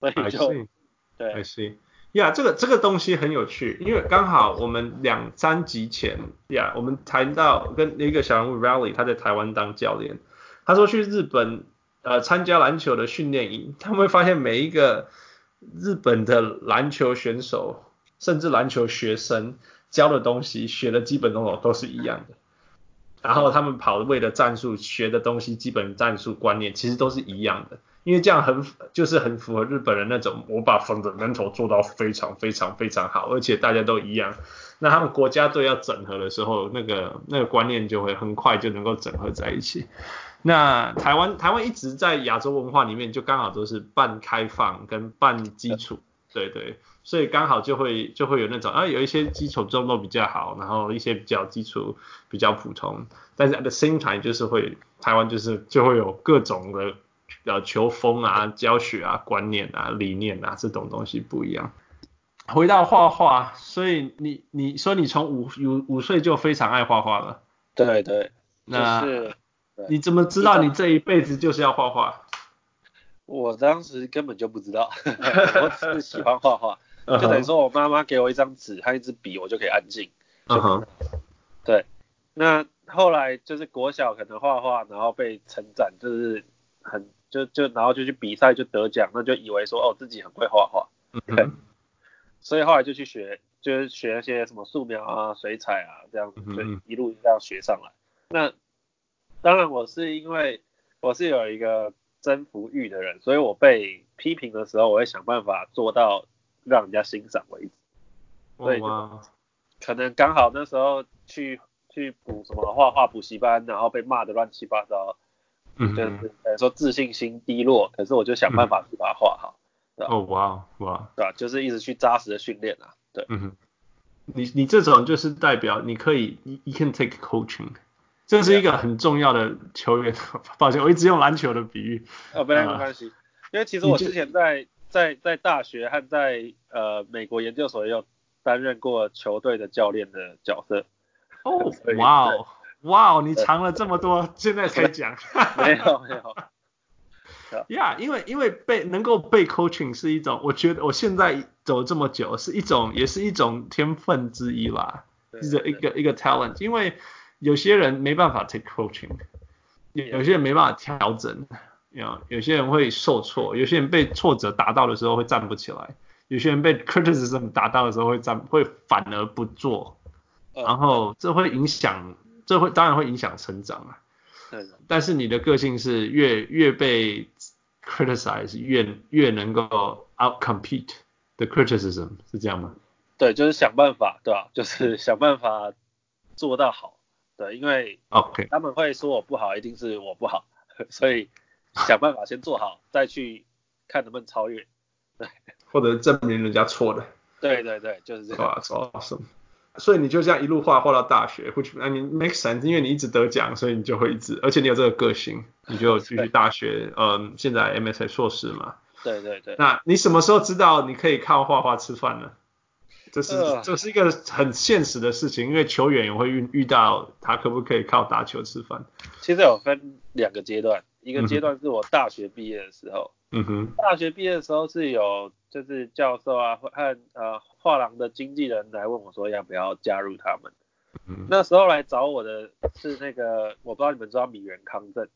Speaker 4: 所以就
Speaker 1: see。I
Speaker 4: 对，
Speaker 1: see。呀、yeah,，这个这个东西很有趣，因为刚好我们两三集前，呀、我们谈到跟一个小人物 Rally，他在台湾当教练，他说去日本呃参加篮球的训练营，他们会发现每一个日本的篮球选手，甚至篮球学生教的东西、学的基本动作都是一样的，然后他们跑位的战术、学的东西、基本战术观念其实都是一样的。因为这样很就是很符合日本人那种我把 fundamental 做到非常非常非常好，而且大家都一样。 那他们国家队要整合的时候，那个那个观念就会很快就能够整合在一起。那台湾台湾一直在亚洲文化里面就刚好都是半开放跟半基础，对对，所以刚好就会就会有那种啊有一些基础动作比较好，然后一些比较基础比较普通，但是 at the same time 就是会台湾就是就会有各种的呃球风啊、教学啊、观念啊、理念啊这种东西不一样。回到画画，所以你你说你从五五五岁就非常爱画画了，
Speaker 4: 对对，
Speaker 1: 那
Speaker 4: 就是
Speaker 1: 你怎么知道你这一辈子就是要画画？
Speaker 4: 我当时根本就不知道，我只是喜欢画画，就等于说我妈妈给我一张纸和一支笔，我就可以安静。
Speaker 1: 嗯哼，
Speaker 4: 对，那后来就是国小可能画画，然后被称赞，就是很就就然后就去比赛就得奖，那就以为说哦自己很会画画。
Speaker 1: 嗯哼，
Speaker 4: 所以后来就去学，就是学一些什么素描啊、水彩啊，这样子
Speaker 1: 嗯哼
Speaker 4: 就一路这样学上来。那当然，我是因为我是有一个征服欲的人，所以我被批评的时候，我会想办法做到让人家欣赏为止。
Speaker 1: 哇
Speaker 4: 对
Speaker 1: 哇，
Speaker 4: 可能刚好那时候去去补什么画画补习班，然后被骂的乱七八糟，
Speaker 1: 嗯
Speaker 4: 就
Speaker 1: 哼，
Speaker 4: 是可能说自信心低落，可是我就想办法去把它画好，
Speaker 1: 哦哇哇，
Speaker 4: 对吧、就是一直去扎实的训练啊，对。
Speaker 1: 嗯哼，你你这种就是代表你可以，you you can take coaching，这是一个很重要的球员。 抱歉，我一直用篮球的比喻。
Speaker 4: 呃，没
Speaker 1: 啊
Speaker 4: 没关系，因为其实我
Speaker 1: 你就
Speaker 4: 之前在在在大学和在呃美国研究所也有担任过球队的教练的角色，
Speaker 1: 哦
Speaker 4: 所以，
Speaker 1: 哇哦，哇哦，你藏了这么多，现在才讲。
Speaker 4: 没有没有，
Speaker 1: Yeah，因为因为被能够被 coaching 是一种，我觉得我现在走这么久是一种，也是一种天分之一啦，
Speaker 4: 对
Speaker 1: 是一
Speaker 4: 对
Speaker 1: 个一个 talent。因为有些人没办法 take coaching，有有些人没办法调整，you know，有些人会受挫，有些人被挫折打到的时候会站不起来，有些人被 criticism 打到的时候会站会反而不做，
Speaker 4: 嗯
Speaker 1: 然后这会影响，这会当然会影响成长啊。
Speaker 4: 对对
Speaker 1: 但是你的个性是越越被 criticize 越越能够 out compete the criticism 是这样吗？
Speaker 4: 对，就是想办法，对吧、就是想办法做到好，对，因为
Speaker 1: OK，
Speaker 4: 他们会说我不好，一定是我不好， 所以想办法先做好，再去看能不能超越。
Speaker 3: 或者证明人家错的，
Speaker 4: 对对对，就是这
Speaker 3: 对
Speaker 4: 个。
Speaker 3: 吧？It's awesome。所以你就这样一路画画到大学，which 那你 make sense，因为你一直得奖，所以你就会一直，而且你有这个个性，你就继续
Speaker 4: 对
Speaker 3: 大学，嗯，现在 MSA 硕士嘛。
Speaker 4: 对对对，
Speaker 3: 那你什么时候知道你可以靠画画吃饭呢？这是
Speaker 4: 呃
Speaker 3: 这是一个很现实的事情，因为球员也会遇遇到他可不可以靠打球吃饭。
Speaker 4: 其实有分两个阶段，
Speaker 3: 嗯
Speaker 4: 一个
Speaker 3: 哼
Speaker 4: 阶段是我大学毕业的时候，
Speaker 3: 嗯哼，
Speaker 4: 大学毕业的时候是有就是教授啊和呃画廊的经纪人来问我说要不要加入他们。
Speaker 3: 嗯
Speaker 4: 那时候来找我的是那个我不知道你们知道米原康正，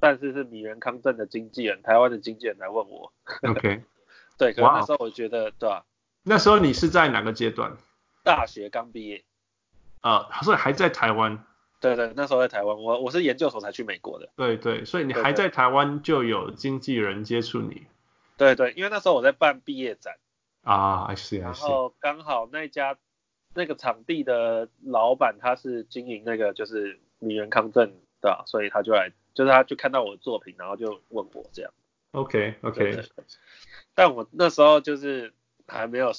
Speaker 4: 但是是米原康正的经纪人，台湾的经纪人来问我。
Speaker 3: ，OK。
Speaker 4: 对，可是
Speaker 3: 哇
Speaker 4: 那时候我觉得对吧、啊
Speaker 3: 那时候你是在哪个阶段？
Speaker 4: 大学刚毕业，
Speaker 3: 啊、所以还在台湾。
Speaker 4: 对对，那时候在台湾，我我是研究所才去美国的。
Speaker 3: 对对，所以你
Speaker 4: 对对
Speaker 3: 还在台湾就有经纪人接触你
Speaker 4: 对对，因为那时候我在办毕业展，
Speaker 3: 啊，I see
Speaker 4: 然
Speaker 3: I see，
Speaker 4: 后刚好那家那个场地的老板他是经营那个就是名人康正的啊、所以他就来，就是他就看到我的作品，然后就问我这样。
Speaker 3: ，OK
Speaker 4: 对
Speaker 3: OK，
Speaker 4: 对对但我那时候就是还没有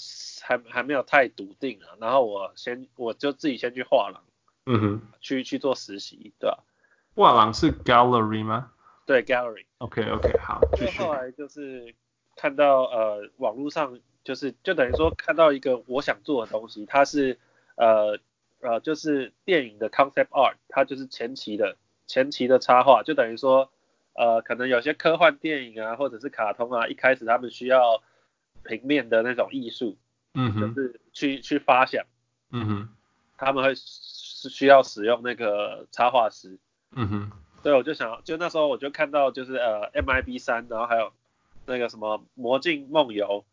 Speaker 4: 还还没有太笃定啊，然后我先我就自己先去画廊
Speaker 3: 嗯哼，
Speaker 4: 去去做实习，对吧、
Speaker 3: 画廊是 gallery 吗
Speaker 4: 对 gallery，
Speaker 3: ？OK OK，好，继
Speaker 4: 就
Speaker 3: 续，
Speaker 4: 后来就是看到呃网络上就是就等于说看到一个我想做的东西，它是呃呃就是电影的 concept art，它就是前期的前期的插画，就等于说呃可能有些科幻电影啊或者是卡通啊，一开始他们需要平面的那种艺术，
Speaker 3: 嗯
Speaker 4: 就
Speaker 3: 哼
Speaker 4: 是去去发想，
Speaker 3: 嗯哼
Speaker 4: 他们会是需要使用那个插画师，
Speaker 3: 嗯哼
Speaker 4: 对，我就想要，就那时候我就看到就是呃 MIB 三，然后还有那个什么《魔镜梦游》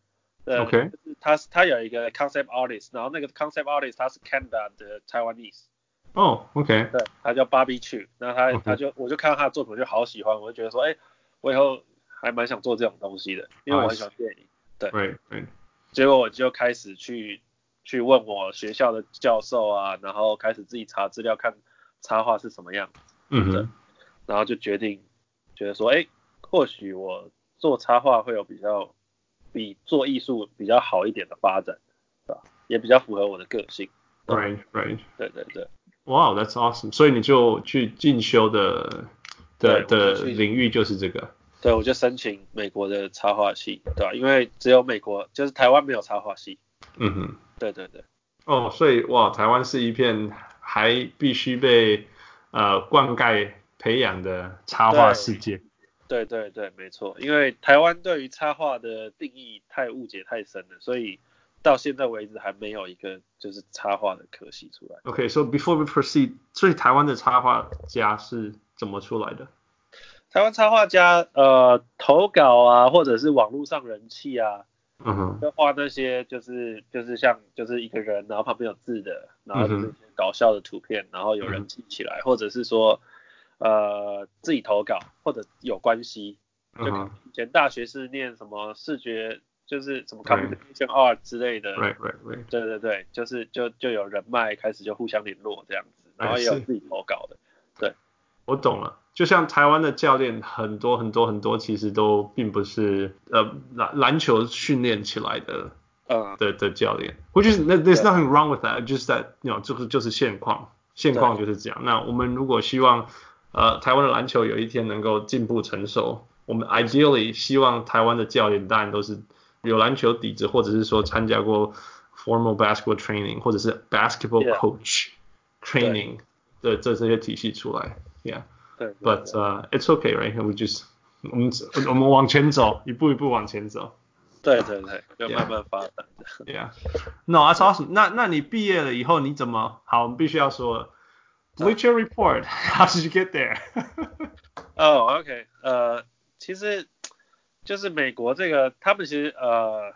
Speaker 4: 呃。
Speaker 3: OK
Speaker 4: 就是他他有一个 concept artist，然后那个 concept artist 他是 Canada 的 Taiwanese，
Speaker 3: 哦，OK，
Speaker 4: 对，他叫 Bobby Chu，那他
Speaker 3: OK
Speaker 4: 他就我就看到他的作品，我就好喜欢，我就觉得说，哎、我以后还蛮想做这种东西的，因为我很喜欢电影。
Speaker 3: 对对，
Speaker 4: 结果我就开始去去问我学校的教授啊，然后开始自己查资料看插画是什么样。
Speaker 3: 嗯哼
Speaker 4: 然后就决定觉得说，哎，或许我做插画会有比较比做艺术比较好一点的发展，对吧？也比较符合我的个性。
Speaker 3: ，right right，
Speaker 4: 对对对，
Speaker 3: 哇，That's awesome，所以你就去进修的的
Speaker 4: 对我
Speaker 3: 的
Speaker 4: 就去
Speaker 3: 领域就是这个，
Speaker 4: 对我就申请美国的插画系，对吧？因为只有美国，就是台湾没有插画系。
Speaker 3: 嗯哼。
Speaker 4: 对对对，
Speaker 3: 哦，所以哇，台湾是一片还必须被呃灌溉培养的插画世界。
Speaker 4: 对对对，没错。因为台湾对于插画的定义太误解太深了，所以到现在为止还没有一个就是插画的科系出来。
Speaker 3: OK，so before we proceed，所以台湾的插画家是怎么出来的？
Speaker 4: 台湾插画家呃投稿啊，或者是网络上人气啊，
Speaker 3: 嗯哼，
Speaker 4: 就画那些就是就是像就是一个人，然后旁边有字的，然后就是
Speaker 3: 嗯
Speaker 4: 一些搞笑的图片，然后有人记起来，或者是说呃自己投稿或者有关系，就
Speaker 3: 嗯哼
Speaker 4: 以前大学是念什么视觉就是什么
Speaker 3: 对
Speaker 4: communication art 之类的，
Speaker 3: ，right right right，
Speaker 4: 对对对，就是就就有人脉开始就互相联络这样子，然后
Speaker 3: 哎
Speaker 4: 也有
Speaker 3: 是
Speaker 4: 自己投稿的，
Speaker 3: 我懂了。就像台湾的教练很多很多很多，其实都并不是呃篮篮球训练起来的
Speaker 4: 嗯，
Speaker 3: 的的教练，which is that there's
Speaker 4: 对
Speaker 3: nothing wrong with that, just that you know 就是就是现况，现况就是这样。那我们如果希望呃台湾的篮球有一天能够进步成熟，我们 ideally 希望台湾的教练当然都是有篮球底子，或者是说参加过 formal basketball training 或者是 basketball
Speaker 4: Yeah.
Speaker 3: coach training 的这这些体系出来，yeah。
Speaker 4: 对对
Speaker 3: But
Speaker 4: 对
Speaker 3: uh, it's okay, right? We just 我们我们往前走，一步一步往前走。
Speaker 4: 对对对，要
Speaker 3: Yeah
Speaker 4: 慢慢发展。
Speaker 3: Yeah. No, that's awesome. 那那你毕业了以后你怎么？好，我们必须要说了。Bleacher Report, how did you get there?
Speaker 4: 哦、o k 呃，其实就是美国这个，他们其实呃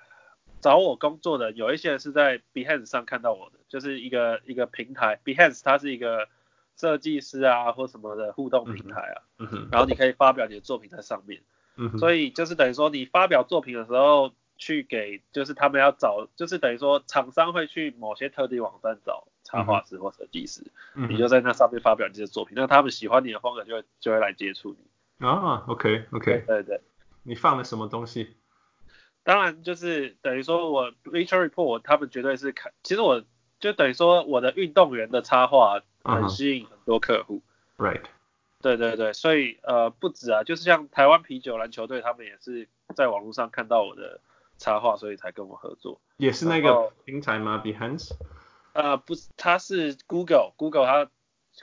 Speaker 4: 找我工作的，有一些人是在 Behance 上看到我的，就是一个一个平台，Behance 它是一个设计师啊或什么的互动平台啊，
Speaker 3: 嗯哼，
Speaker 4: 然后你可以发表你的作品在上面，
Speaker 3: 嗯哼，
Speaker 4: 所以就是等于说你发表作品的时候。去给就是他们要找，就是等于说厂商会去某些特定网站找插画师或设计师，
Speaker 3: 以
Speaker 4: 你就在那上面发表你的作品，那他们喜欢你的风格就会就会来接触你。
Speaker 3: 啊，OK
Speaker 4: 对
Speaker 3: OK，
Speaker 4: 对对，
Speaker 3: 你放了什么东西？
Speaker 4: 当然就是等于说我 Reacher Report 他们绝对是看，其实我就等于说我的运动员的插画
Speaker 3: 嗯
Speaker 4: 很
Speaker 3: 哼
Speaker 4: 吸引很多客户。
Speaker 3: Right，
Speaker 4: 对对对，所以呃不止啊，就是像台湾啤酒篮球队，他们也是在网络上看到我的插画，所以才跟我合作。
Speaker 3: 也是那
Speaker 4: 然后
Speaker 3: 个平台吗？Behance？
Speaker 4: 呃，不是，他是 Google，Google 他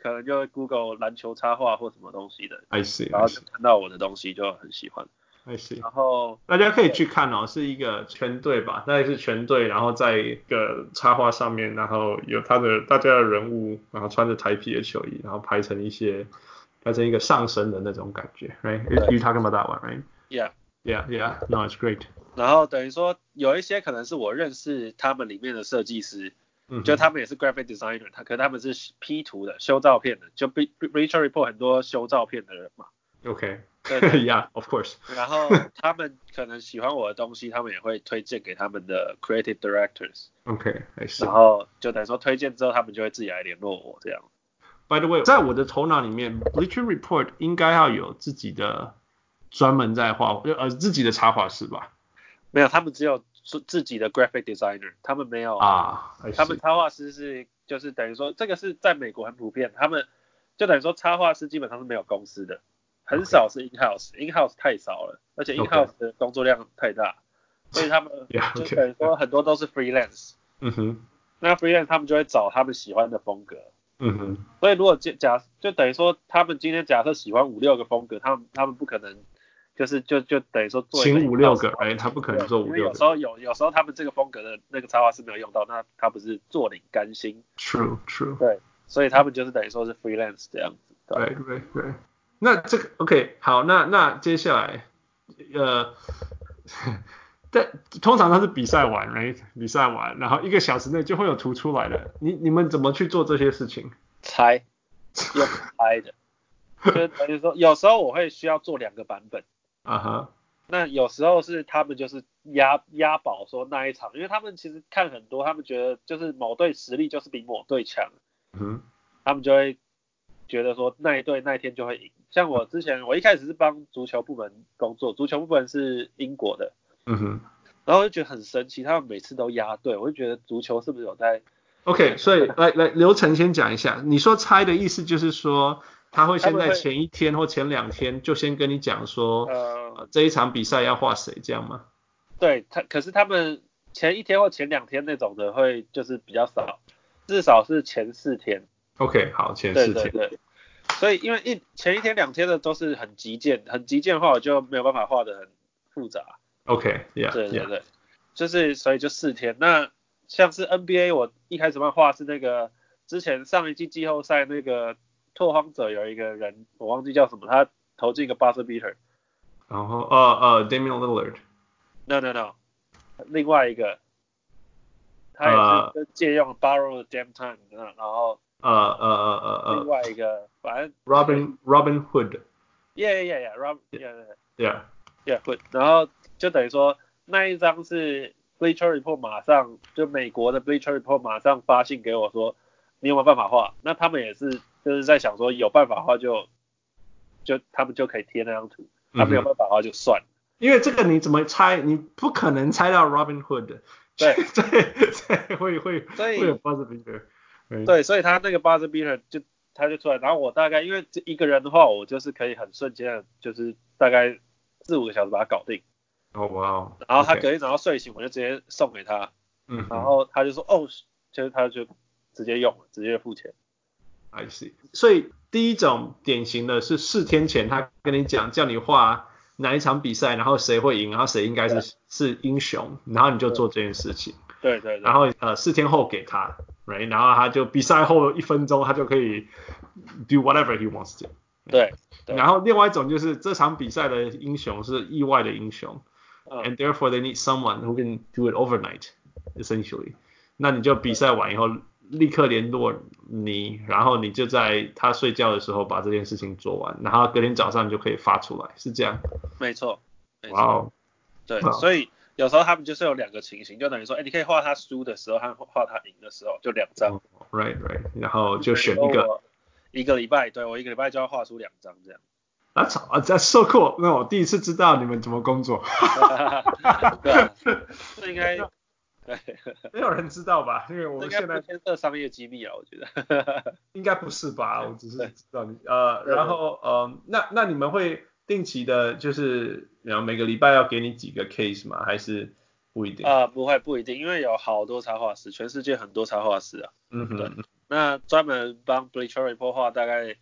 Speaker 4: 可能就会 Google 篮球插画或什么东西的，
Speaker 3: I see，
Speaker 4: 然
Speaker 3: I
Speaker 4: 后就
Speaker 3: see，
Speaker 4: 看到我的东西就很喜欢。
Speaker 3: I see。
Speaker 4: 然后
Speaker 3: 大家可以去看哦，是一个全队吧，那也是全队，然后在一个插画上面，然后有他的大家的人物，然后穿着台皮的球衣，然后排成一些，排成一个上身的那种感觉，right？
Speaker 4: 对
Speaker 3: 鱼他跟马大碗，right？
Speaker 4: ，Yeah，
Speaker 3: Yeah, yeah, no, it's great.
Speaker 4: 然后等于说有一些可能是我认识他们里面的设计师，
Speaker 3: 嗯哼，
Speaker 4: 就他们也是 graphic designer，他可他们是 P 图的，修照片的，就 Re- Richard Report 很多修照片的人 嘛。
Speaker 3: OK,
Speaker 4: 对对
Speaker 3: yeah, of course.
Speaker 4: 然后他们可能喜欢我的东西，他们也会推荐给他们的 creative directors，
Speaker 3: OK, I see.
Speaker 4: 然后就等于说推荐之后，他们就会自己来联络我这样。
Speaker 3: By the way，在我的头脑里面，Bleacher Report 应该要有自己的专门在画，呃，自己的插画师吧？
Speaker 4: 没有，他们只有自自己的 graphic designer，他们没有，
Speaker 3: 啊，I see，
Speaker 4: 他们插画师是就是等于说这个是在美国很普遍，他们就等于说插画师基本上是没有公司的，很少是 in house，in house 太少了，而且 in
Speaker 3: OK
Speaker 4: house 的工作量太大，所以他 们
Speaker 3: Yeah,
Speaker 4: 就
Speaker 3: OK
Speaker 4: 等于说很多都是 freelance，
Speaker 3: 嗯哼，
Speaker 4: 那 freelance 他们就会找他们喜欢的风格。
Speaker 3: 嗯哼，
Speaker 4: 所以如果假假就等于说，他们今天假设喜欢五六个风格，他们他们不可能就是就就等于说做一个
Speaker 3: 请五六个，
Speaker 4: 一套
Speaker 3: 哎，他不可能
Speaker 4: 对
Speaker 3: 做五
Speaker 4: 因为
Speaker 3: 六
Speaker 4: 有时
Speaker 3: 个。
Speaker 4: 候有有时候他们这个风格的那个插画是没有用到，那他不是坐领甘心，
Speaker 3: True, true.
Speaker 4: 对，所以他们就是等于说是 freelance 这样子，对吧
Speaker 3: 对对对。那这个 OK，好，那那接下来，呃，但通常它是比赛完，right？比赛完，然后一个小时内就会有图出来的。你你们怎么去做这些事情？
Speaker 4: 猜，用猜的，就是等于说有时候我会需要做两个版本。
Speaker 3: 啊哈，
Speaker 4: 那有时候是他们就是押押宝说那一场，因为他们其实看很多，他们觉得就是某队实力就是比某队强，
Speaker 3: 嗯
Speaker 4: 他们就会觉得说那一队那一天就会赢。像我之前，我一开始是帮足球部门工作，足球部门是英国的，
Speaker 3: 嗯哼。
Speaker 4: 然后我就觉得很神奇，他们每次都压队，我就觉得足球是不是有在
Speaker 3: OK，所以来来流程先讲一下。你说猜的意思就是说，他会先
Speaker 4: 他们
Speaker 3: 在
Speaker 4: 会
Speaker 3: 前一天或前两天就先跟你讲说，
Speaker 4: 呃，
Speaker 3: 呃这一场比赛要画谁，这样吗？
Speaker 4: 对他，可是他们前一天或前两天那种的会就是比较少，至少是前四天，
Speaker 3: OK，好，前
Speaker 4: 对
Speaker 3: 四
Speaker 4: 对
Speaker 3: 天。
Speaker 4: 对。所以因为一前一天两天的都是很极限，很极限的话，我就没有办法画的很复杂。
Speaker 3: OK，Yeah，Yeah，、
Speaker 4: 对对对，就是所以就四天。那像是 NBA，我一开始漫画是那个之前上一季季后赛那个拓荒者有一个人，我忘记叫什么，他投进一个 buzzer beater。
Speaker 3: 然后呃呃，Damian Lillard，
Speaker 4: No no no，另外一个，他也是借用 borrow the damn time，那然后
Speaker 3: 呃呃呃呃呃
Speaker 4: 另外一个反正
Speaker 3: ，Robin Robin Hood，Yeah，
Speaker 4: yeah yeah yeah，Rob yeah yeah。Yeah, good. 然后就等于说那一张是 Bleacher Report 马上就美国的 Bleacher Report 马上发信给我说，你有没有办法画？那他们也是就是在想说有办法画就就他们就可以贴那张图，他没有办法画就算。了。
Speaker 3: 因为这个你怎么猜？你不可能猜到 Robin Hood，
Speaker 4: 对
Speaker 3: 对对，会会
Speaker 4: 所以
Speaker 3: 会有 buzzer beater，
Speaker 4: 对，所以他那个 buzzer beater 就他就出来，然后我大概因为这一个人的话，我就是可以很瞬间的，就是大概四五个小时把它搞定。
Speaker 3: 哦哇哦，
Speaker 4: 然后他
Speaker 3: OK，
Speaker 4: 隔天早上睡醒，我就直接送给他，
Speaker 3: 嗯哼，
Speaker 4: 然后他就说哦，就是他就直接用了，直接付钱。
Speaker 3: I see。所以第一种典型的是四天前他跟你讲，叫你画哪一场比赛，然后谁会赢，然后谁应该
Speaker 4: 对
Speaker 3: 是是英雄，然后你就做这件事情。
Speaker 4: 对对对。
Speaker 3: 然后呃四天后给他，right，然后他就比赛后一分钟他就可以 do whatever he wants to。
Speaker 4: 对，对
Speaker 3: 然后另外一种就是这场比赛的英雄是意外的英雄、a n
Speaker 4: 嗯，
Speaker 3: d therefore they need someone who can do it overnight essentially。那你就比赛完以后立刻联络你，然后你就在他睡觉的时候把这件事情做完，然后隔天早上你就可以发出来，是这样。
Speaker 4: 没错，没
Speaker 3: 哇
Speaker 4: 错，
Speaker 3: 哦，
Speaker 4: 对
Speaker 3: 哇，
Speaker 4: 所以有时候他们就是有两个情形，就等于说，哎，你可以画他输的时候和画他赢的时候，就两张，
Speaker 3: right 哦 right，然后就选一
Speaker 4: 比如
Speaker 3: 个
Speaker 4: 说我一个礼拜，对我一个礼拜就要画出两张这样，
Speaker 3: That's that's so cool！那我第一次知道你们怎么工作，
Speaker 4: 对啊，这应该对，
Speaker 3: 没有人知道吧？因为我
Speaker 4: 这
Speaker 3: 们现
Speaker 4: 应该不
Speaker 3: 在
Speaker 4: 牵涉商业机密啊，我觉得。
Speaker 3: 应该不是吧？我只是
Speaker 4: 对
Speaker 3: 知道你呃，
Speaker 4: 对
Speaker 3: 然后呃，那那你们会定期的，就是然后每个礼拜要给你几个 case 吗？还是不一定？
Speaker 4: 啊、不会不一定，因为有好多插画师，全世界很多插画师啊。
Speaker 3: 嗯
Speaker 4: 对
Speaker 3: 哼，
Speaker 4: 那专门帮 Bleacher Report 画大概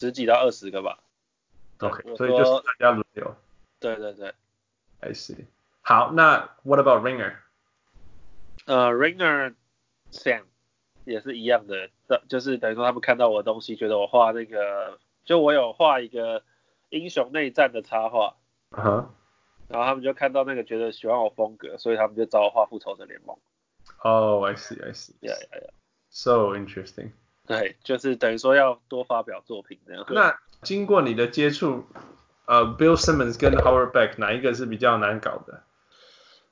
Speaker 4: 十几到二十个吧。
Speaker 3: ，OK，
Speaker 4: 我
Speaker 3: 所以就是
Speaker 4: 说
Speaker 3: 大家轮流
Speaker 4: 对对对，
Speaker 3: ，I see。好，那 What about Ringer？
Speaker 4: 呃，Ringer Sam 也是一样的，的就是等于说他们看到我的东西，觉得我画那个，就我有画一个英雄内战的插画，
Speaker 3: 嗯
Speaker 4: Uh-huh
Speaker 3: 哼，
Speaker 4: 然后他们就看到那个，觉得喜欢我风格，所以他们就找我画复仇者联盟。
Speaker 3: 哦，I see，I
Speaker 4: Yeah,
Speaker 3: see，so
Speaker 4: yeah, yeah.
Speaker 3: interesting。
Speaker 4: 对，就是等于说要多发表作品这样。
Speaker 3: 那经过你的接触，呃，Bill Simmons 跟 Howard Beck 哪一个是比较难搞的？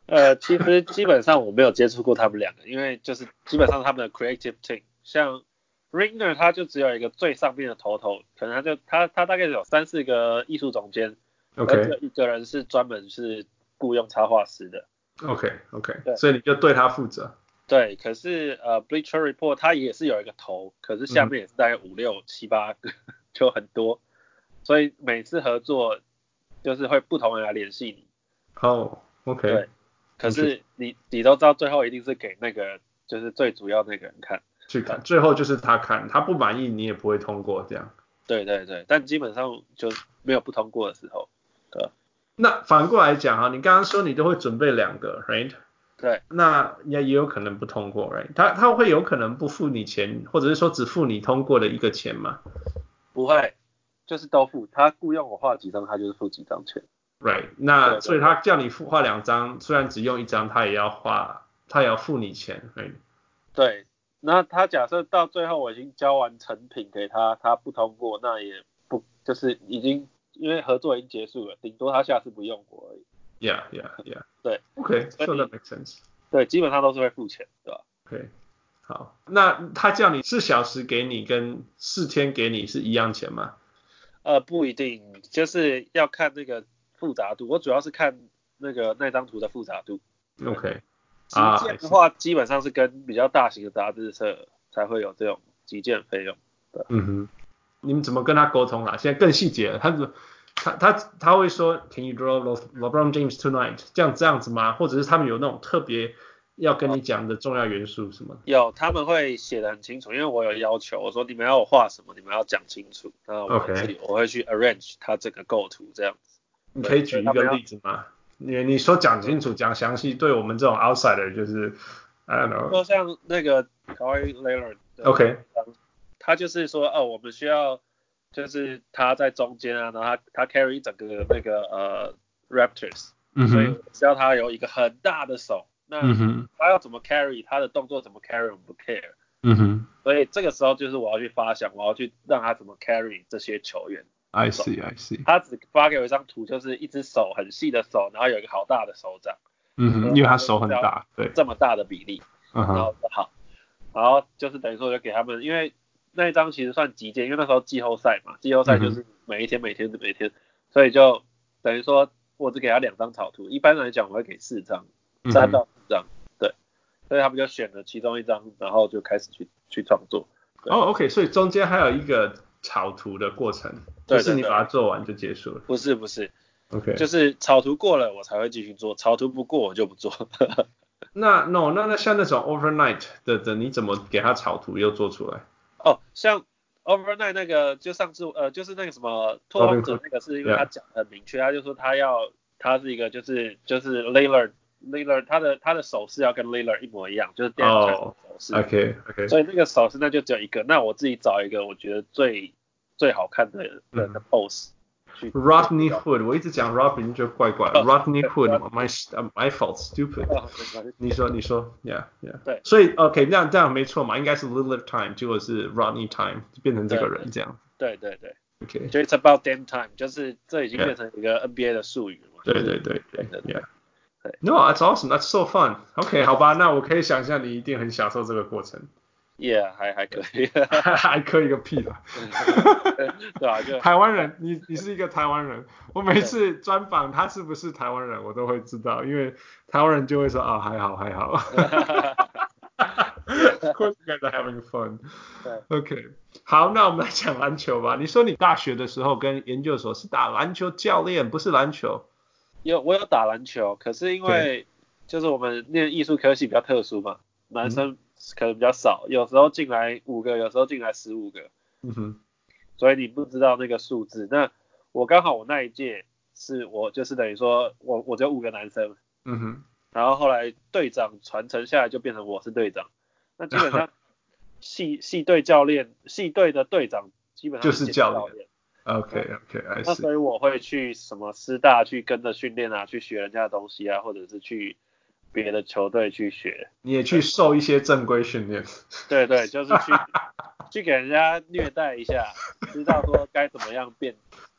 Speaker 4: 呃，其实基本上我没有接触过他们两个，因为就是基本上他们的 creative team，像 Ringer 他就只有一个最上面的头头，可能他就他他大概有三四个艺术总监而只
Speaker 3: OK
Speaker 4: 有一个人是专门是雇佣插画师的。
Speaker 3: OK OK，
Speaker 4: 对
Speaker 3: 所以你就对他负责。
Speaker 4: 对，可是呃，Bleacher Report 他也是有一个头，可是下面也是大概五六七八个， 就很多，所以每次合作就是会不同人来联系你，
Speaker 3: 哦，OK、o k
Speaker 4: 对可是你你都知道最后一定是给那个就是最主要那个人看。
Speaker 3: 去看，最后就是他看，他不满意你也不会通过这样。
Speaker 4: 对对对，但基本上就没有不通过的时候。
Speaker 3: 那反过来讲啊，你刚刚说你都会准备两个，right？
Speaker 4: 对，
Speaker 3: 那也也有可能不通过，right？他他会有可能不付你钱，或者是说只付你通过的一个钱嘛
Speaker 4: 不会，就是都付。他雇佣我画几张，他就是付几张钱。
Speaker 3: ，right？
Speaker 4: 对
Speaker 3: 那
Speaker 4: 对
Speaker 3: 所以他叫你付画两张，虽然只用一张，他也要画，他也要付你钱，right？
Speaker 4: 对，那他假设到最后我已经交完成品给他，他不通过，那也不就是已经因为合作已经结束了，顶多他下次不用我而已。
Speaker 3: Yeah, yeah, yeah.
Speaker 4: 对
Speaker 3: OK,
Speaker 4: 所以
Speaker 3: so that makes sense.
Speaker 4: 对，基本上都是会付钱，对吧？
Speaker 3: OK，好，那他叫你四小时给你跟四天给你是一样钱吗？
Speaker 4: 呃，不一定，就是要看那个复杂度。我主要是看那个那张图的复杂度。
Speaker 3: OK，
Speaker 4: 基
Speaker 3: 啊
Speaker 4: 建的话，基本上是跟比较大型的杂志社才会有这种基建费用。
Speaker 3: 嗯哼，你们怎么跟他沟通啊？现在更细节了，他怎么他他他会说 Can you draw Le- LeBron James tonight？这样这样子吗？或者是他们有那种特别要跟你讲的重要元素什么的？
Speaker 4: 有，他们会写的很清楚，因为我有要求，我说你们要我画什么，你们要讲清楚。那我
Speaker 3: OK
Speaker 4: 自己我会去 arrange 它整个构图这样子。
Speaker 3: 你可以举一
Speaker 4: 对他
Speaker 3: 个
Speaker 4: 们要
Speaker 3: 例子吗？你你说讲清楚讲详细，对我们这种 outsider 就是 I don't know。
Speaker 4: 说像那个 Kawhi Leonard，的
Speaker 3: OK，
Speaker 4: 他就是说，哦，我们需要就是他在中间啊，然后他他 carry 整个那个呃 Raptors，
Speaker 3: 嗯
Speaker 4: 所以我知道他有一个很大的手，那
Speaker 3: 哼，
Speaker 4: 他要怎么 carry，他的动作怎么 carry 我们不 care。
Speaker 3: 嗯哼
Speaker 4: 所以这个时候就是我要去发想，我要去让他怎么 carry 这些球员。
Speaker 3: ，I see I see，
Speaker 4: 他只发给我一张图，就是一只手很细的手，然后有一个好大的手掌，
Speaker 3: 嗯
Speaker 4: 哼因为他手很大，
Speaker 3: 对，
Speaker 4: 这么大的比例，
Speaker 3: 嗯
Speaker 1: 啊
Speaker 4: 然后我说好，然后就是等于说我就给他们，因为那一张其实算集结，因为那时候季后赛嘛，季后赛就是每一天每天每天，所以就等于说我只给他两张草图，一般来讲我会给四张，三到四张，对，所以他们就选了其中一张，然后就开始去去创作，
Speaker 3: 哦，OK，所以中间还有一个草图的过程，
Speaker 4: 对
Speaker 3: 就
Speaker 4: 对
Speaker 3: 是你把它做完就结束了。
Speaker 4: 不是不是，
Speaker 3: OK，
Speaker 4: 就是草图过了我才会继续做，草图不过我就不做。
Speaker 3: 那 no，那那像那种 overnight 的的，你怎么给它草图又做出来？
Speaker 4: 哦，像 Overnight 那个，就上次呃，就是那个什么拓荒者那个，是因为他
Speaker 3: Yeah.
Speaker 4: 讲得很明确，他就说他要他是一个就是就是 Layer Layer 他的他的手势要跟 Layer 一模一样，就是 d a
Speaker 3: 哦
Speaker 4: 手势。
Speaker 3: OK OK，
Speaker 4: 所以那个手势那就只有一个，那我自己找一个我觉得最最好看的嗯的的 pose 去。
Speaker 3: Rodney Hood，我一直讲 Robin 就怪怪了
Speaker 4: 哦
Speaker 3: ，Rodney
Speaker 4: 对
Speaker 3: Hood，my my fault stupid。
Speaker 4: 哦没关系
Speaker 3: 你说，你说，Yeah Yeah，
Speaker 4: 对
Speaker 3: 所以 OK，那这样没错嘛，应该是 Little Time，结果是 Rodney Time，就变成这个人这样
Speaker 4: 对对对，
Speaker 3: ，OK，
Speaker 4: 就 It's about damn time，就是这已经
Speaker 3: Yeah.
Speaker 4: 变成一个 NBA 的术语了嘛。
Speaker 3: 对对对对
Speaker 4: 对
Speaker 3: ，Yeah。
Speaker 4: 对
Speaker 3: No, that's awesome. That's so fun. OK，好吧，那我可以想象你一定很享受这个过程。
Speaker 4: ，Yeah，还还可 以，
Speaker 3: 还可以个屁啦！
Speaker 4: 对啊，就
Speaker 3: 台湾人，你你是一个台湾人，我每次专访他是不是台湾人，我都会知道，因为台湾人就会说啊、还好还 好。of course, you guys are having fun.
Speaker 4: 对
Speaker 3: OK，好，那我们来讲篮球吧。你说你大学的时候跟研究所是打篮球教练，不是篮球。
Speaker 4: 有我有打篮球，可是因为就是我们念艺术科系比较特殊嘛，男
Speaker 3: 嗯
Speaker 4: 生可能比较少，有时候进来五个，有时候进来十五个，
Speaker 3: 嗯哼，
Speaker 4: 所以你不知道那个数字。那我刚好我那一届是我就是等于说我我只有五个男生，
Speaker 3: 嗯哼，
Speaker 4: 然后后来队长传承下来就变成我是队长，那基本 上系系队教练系队的队长基本上
Speaker 3: 就是
Speaker 4: 教
Speaker 3: 教练。OK OK，I see。
Speaker 4: 那所以我会去什么师大去跟着训练啊，去学人家的东西啊，或者是去别的球队去学。
Speaker 3: 你也去受一些正规训练。
Speaker 4: 对对，就是去去给人家虐待一下，知道说该怎么样变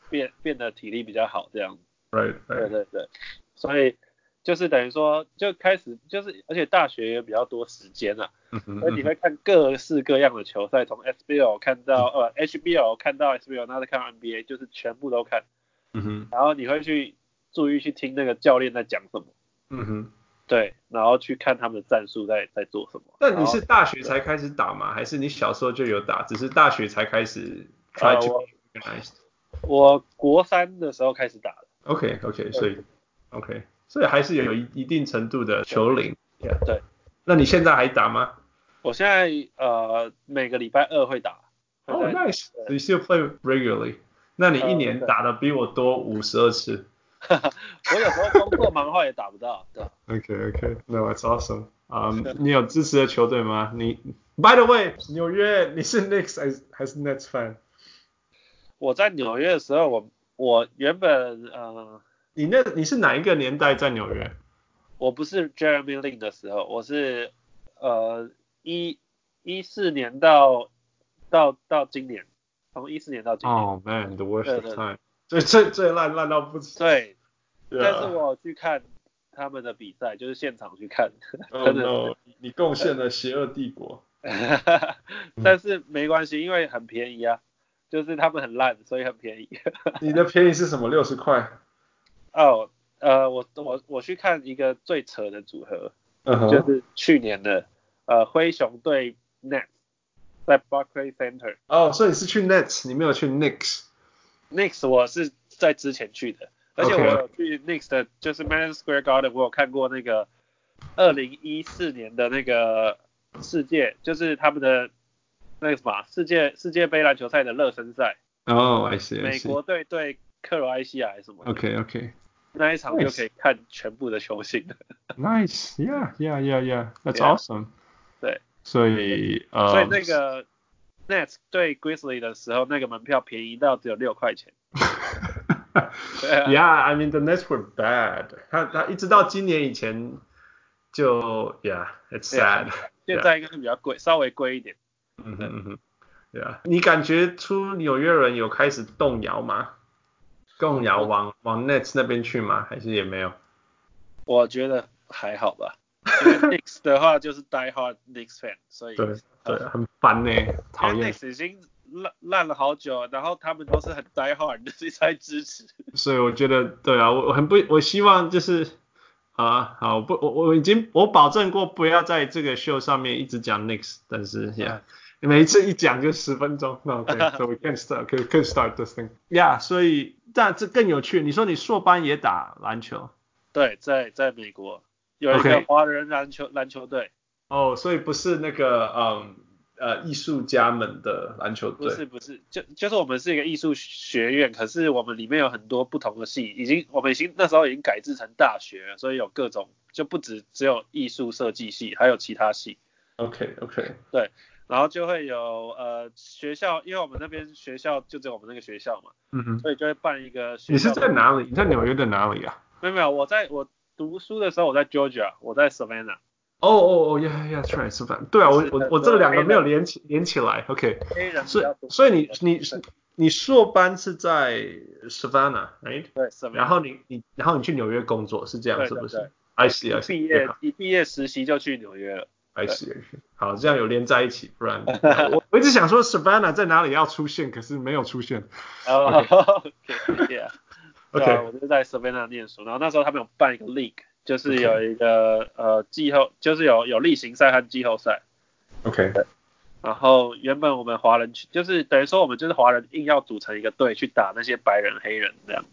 Speaker 4: 变变得体力比较好这样子。
Speaker 3: Right,
Speaker 4: 对
Speaker 3: right.
Speaker 4: 对对，所以就是等于说就开始就是，而且大学也比较多时间啊，
Speaker 3: 嗯哼
Speaker 4: 所以你会看各式各样的球赛，从 SBL 看到呃 HBL 看到 SBL，那再看 NBA，就是全部都看。
Speaker 3: 嗯哼，
Speaker 4: 然后你会去注意去听那个教练在讲什么，
Speaker 3: 嗯哼。
Speaker 4: 对，然后去看他们的战术在在做什么。
Speaker 3: 但你是
Speaker 4: 然后
Speaker 3: 大学才开始打吗？还是你小时候就有打，只是大学才开始 try
Speaker 4: 呃
Speaker 3: to
Speaker 4: 我
Speaker 3: organize？
Speaker 4: 我国三的时候开始打的，
Speaker 3: OK OK，所以 OK，所以还是有一一定程度的球龄。Yeah.
Speaker 4: 对。
Speaker 3: 那你现在还打吗
Speaker 4: 我现在呃每个礼拜二会打。
Speaker 3: ？Oh
Speaker 4: 会在
Speaker 3: nice, so you still play regularly. 那你一年
Speaker 4: 呃对
Speaker 3: 打的比我多五十二次。
Speaker 4: 我有时候工作忙的话也打不 到，对吧，
Speaker 3: OK OK, no, it's awesome. 啊、你有支持的球队吗？你 By the way，纽约你是 Knicks 还是还是 Nets fan？
Speaker 4: 我在纽约的时候，我我原本呃
Speaker 3: 你那你是哪一个年代在纽约？
Speaker 4: 我不是 Jeremy Lin 的时候，我是呃一一四年到到到今年，从一四年到今年，
Speaker 3: Oh man, the worst of
Speaker 4: 对对
Speaker 3: time，最最最烂烂到不止。
Speaker 4: 对，
Speaker 3: 对啊
Speaker 4: 但是我有去看他们的比赛，就是现场 去看，
Speaker 3: Oh
Speaker 4: 真的
Speaker 3: no，你你贡献了邪恶帝国。
Speaker 4: 但是没关系，因为很便宜啊，就是他们很烂，所以很便宜。
Speaker 3: 你的便宜是什么？六十块。
Speaker 4: 哦，呃，我我我去看一个最扯的组合，
Speaker 3: 嗯哼
Speaker 4: 就是去年的呃灰熊对 Nets，在 Barclay Center。
Speaker 3: 哦，所以你是去 Nets，你没有去 Knicks。
Speaker 4: Knicks 我是在之前去的，而且
Speaker 3: OK
Speaker 4: 我有去 Knicks 的，就是 Madison Square Garden，我有看过那个二零一四年的那个世界，就是他们的那个什么世界世界杯篮球赛的热身赛，
Speaker 3: 哦、i see，I
Speaker 4: 美
Speaker 3: see。
Speaker 4: 国队对克罗埃西亚还是什么的
Speaker 3: OK OK。
Speaker 4: 那一场就可以看全部的球星了。
Speaker 3: Nice. Yeah. Yeah. Yeah. Yeah. That's
Speaker 4: Yeah.
Speaker 3: awesome.
Speaker 4: 对。
Speaker 3: 所以
Speaker 1: 哦
Speaker 3: 呃。
Speaker 4: 所以那个 Nets 对 Grizzly 的时候，那个门票便宜到只有六块钱。对啊
Speaker 3: Yeah, I mean the Nets were bad. 他他一直到今年以前就 Yeah, it's sad.
Speaker 4: Yeah. 现在应该是比较贵，稍微贵一点。
Speaker 3: 嗯哼嗯哼，Yeah，你感觉出纽约人有开始动摇吗？动摇往往 Nets 那边去吗？还是也没有？
Speaker 4: 我觉得还好 吧。因为 Knicks 的话就是 Die Hard Knicks fan，所以
Speaker 3: 对对，很烦呢、讨
Speaker 4: 因为
Speaker 3: 厌。
Speaker 4: Knicks 已经烂烂了好久，然后他们都是很 Die Hard，所以才支 持。
Speaker 3: 所以我觉得，对啊，我我很不，我希望就是啊，好，我不，我我已经我保证过不要在这个秀上面一直讲 Nix，但是 Yeah，、每一次一讲就十分钟，那 OK，so、we can start，can can start this thing。Yeah，所以但这更有趣。你说你硕班也打篮球，
Speaker 4: 对，在在美国有一
Speaker 3: OK
Speaker 4: 个华人篮球篮球队，
Speaker 3: 哦，所以不是那个嗯呃艺术家们的篮球
Speaker 4: 不是
Speaker 3: 队。
Speaker 4: 不是，就就是我们是一个艺术学院，可是我们里面有很多不同的系，已经我们已经那时候已经改制成大学了，所以有各种就不止只有艺术设计系，还有其他系。
Speaker 3: OK OK，
Speaker 4: 然后就会有呃学校，因为我们那边学校就只有我们那个学校嘛，
Speaker 3: 嗯哼，
Speaker 4: 所以就会办一个学
Speaker 3: 你
Speaker 4: 校。
Speaker 3: 是在？哪里？你在纽约的哪里啊？
Speaker 4: 没有没有，我在我读书的时候我在 Georgia，我在 Savannah。
Speaker 3: 哦哦哦，呀呀呀，出来吃饭。对啊，我
Speaker 4: 是
Speaker 3: 我
Speaker 4: 的
Speaker 3: 我这
Speaker 4: 对
Speaker 3: 两个
Speaker 4: 黑
Speaker 3: 没有
Speaker 4: 人
Speaker 3: 连起连起来。OK，
Speaker 4: 黑人比
Speaker 3: 所
Speaker 4: 较
Speaker 3: 以
Speaker 4: 多。
Speaker 3: 所以你你
Speaker 4: 对
Speaker 3: 你硕班是在 Savannah，right？
Speaker 4: 对 Savannah，
Speaker 3: 然后你你然后你去纽约工作是这样
Speaker 4: 对
Speaker 3: 是不
Speaker 4: 对
Speaker 3: 是？I see I
Speaker 4: 一
Speaker 3: see
Speaker 4: 毕
Speaker 3: 对
Speaker 4: 业
Speaker 3: 啊。
Speaker 4: 一毕业实习就去纽约了。
Speaker 3: I see, I see. 好，这样有连在一起，不然 我我一直想说 Savannah 在哪里要出现，可是没有出现。
Speaker 4: 哦，OK，Yeah，
Speaker 3: OK
Speaker 4: 对啊，我就在 Savannah 念书，然后那时候他们有办一个 league，就是有一个
Speaker 3: 嗯
Speaker 4: 呃季后，就是有有例行赛和季后赛。
Speaker 3: OK，
Speaker 4: 然后原本我们华人去，就是等于说我们就是华人硬要组成一个队去打那些白人、黑人这样。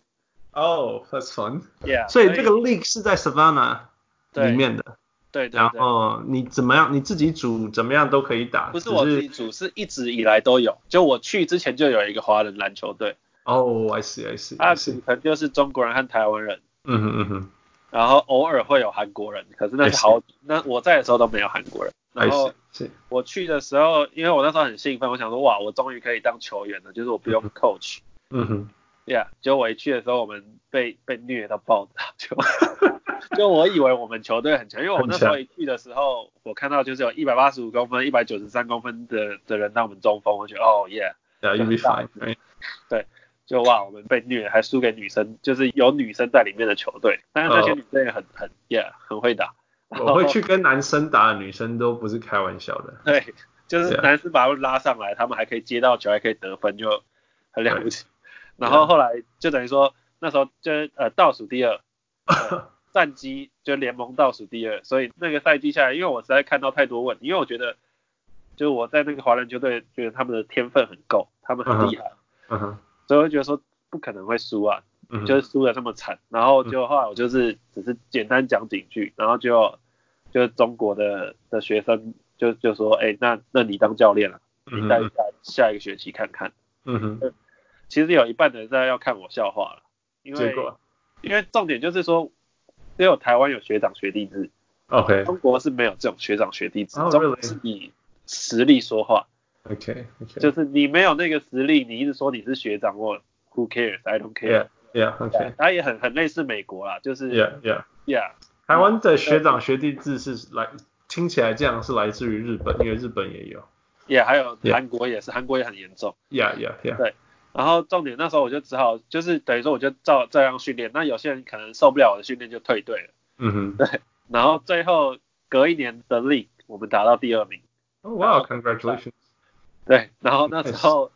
Speaker 3: 哦、oh,，That's fun。
Speaker 4: Yeah，
Speaker 3: 所以这个 league 是在 Savannah
Speaker 4: 对
Speaker 3: 里面的，
Speaker 4: 对对
Speaker 3: 然
Speaker 4: 对，
Speaker 3: 后你怎么样，你自己组怎么样都可以打，
Speaker 4: 不
Speaker 3: 只
Speaker 4: 啊是我自己组，是一直以来都有。就我去之前就有一个华人篮球队，
Speaker 3: 哦、i see, I see,
Speaker 4: 它
Speaker 3: I
Speaker 4: 组
Speaker 3: see。
Speaker 4: 成就是中国人和台湾人，
Speaker 3: 嗯哼嗯哼
Speaker 4: 然后偶尔会有韩国人，可是哎那是哎
Speaker 3: I see
Speaker 4: 好，那我在的时候都没有韩国人。
Speaker 3: ，I
Speaker 4: 然
Speaker 3: see,
Speaker 4: 后
Speaker 3: I see。
Speaker 4: 我去的时候，因为我那时候很兴奋，我想说哇，我终于可以当球员了，就是我不用 coach。
Speaker 3: 嗯哼，
Speaker 4: Yeah，就我一去的时候，我们被被虐到爆炸，就 就我以为我们球队很强，因为我那时候一去的时候，我看到就是有一百八十五公分、一百九十三公分的的人当我们中锋，我觉得哦 yeah，
Speaker 3: yeah, you'll be
Speaker 4: 这
Speaker 3: fine,
Speaker 4: 样
Speaker 3: right?
Speaker 4: 就哇我们被虐，还输给女生，就是有女生在里面的球队，但是那
Speaker 3: 嗯
Speaker 4: 些女生也很很 yeah 很会打，
Speaker 3: 我会去跟男生打的女生都不是开玩笑的。
Speaker 4: 对，就是
Speaker 3: Yeah.
Speaker 4: 男生把他们拉上来，他们还可以接到球，还可以得分，就很了不起。然
Speaker 3: 啊
Speaker 4: 后后来就等于说那时候就是呃倒数第二， 呃战绩就联盟倒数第二，所以那个赛季下来，因为我实在看到太多问题，因为我觉得就是我在那个华人球队觉得他们的天分很够，他们很厉害，
Speaker 3: 嗯哼，
Speaker 4: 所以我就觉得说不可能会输啊，
Speaker 3: 嗯哼
Speaker 4: 就是输的这么惨。然后就后来我就是只是简单讲几句，然后就就是中国的的学生就就说，哎、那那你当教练了、你带
Speaker 3: 嗯
Speaker 4: 下下一个学期看看。
Speaker 3: 嗯哼，
Speaker 4: 其实有一半的人在要看我笑话了，因
Speaker 3: 结
Speaker 4: 为
Speaker 3: 果
Speaker 4: 因为重点就是说，只有台湾有学长学弟制，
Speaker 3: OK
Speaker 4: 中国是没有这种学长学弟制，
Speaker 3: Oh,
Speaker 4: 中国
Speaker 3: really?
Speaker 4: 是以实力说话，
Speaker 3: OK OK，
Speaker 4: 就是你没有那个实力，你一直说你是学长，我 who cares，I don't care。
Speaker 3: Yeah Yeah OK
Speaker 4: 他也很很类似美国啦，就是
Speaker 3: Yeah Yeah，
Speaker 4: yeah
Speaker 3: 台湾的学长学弟制是来听起来这样是来自于日本，因为日本也有。
Speaker 4: yeah，还有
Speaker 3: Yeah
Speaker 4: 韩国也是，韩国也很严重。
Speaker 3: Yeah Yeah Yeah
Speaker 4: 然后重点那时候我就只好就是等于说我就照这样训练，那有些人可能受不了我的训练就退队了。
Speaker 3: 嗯哼
Speaker 4: 然后最后隔一年的 league 我们打到第二名，
Speaker 3: ，Oh wow，congratulations。
Speaker 4: 对，然后那时候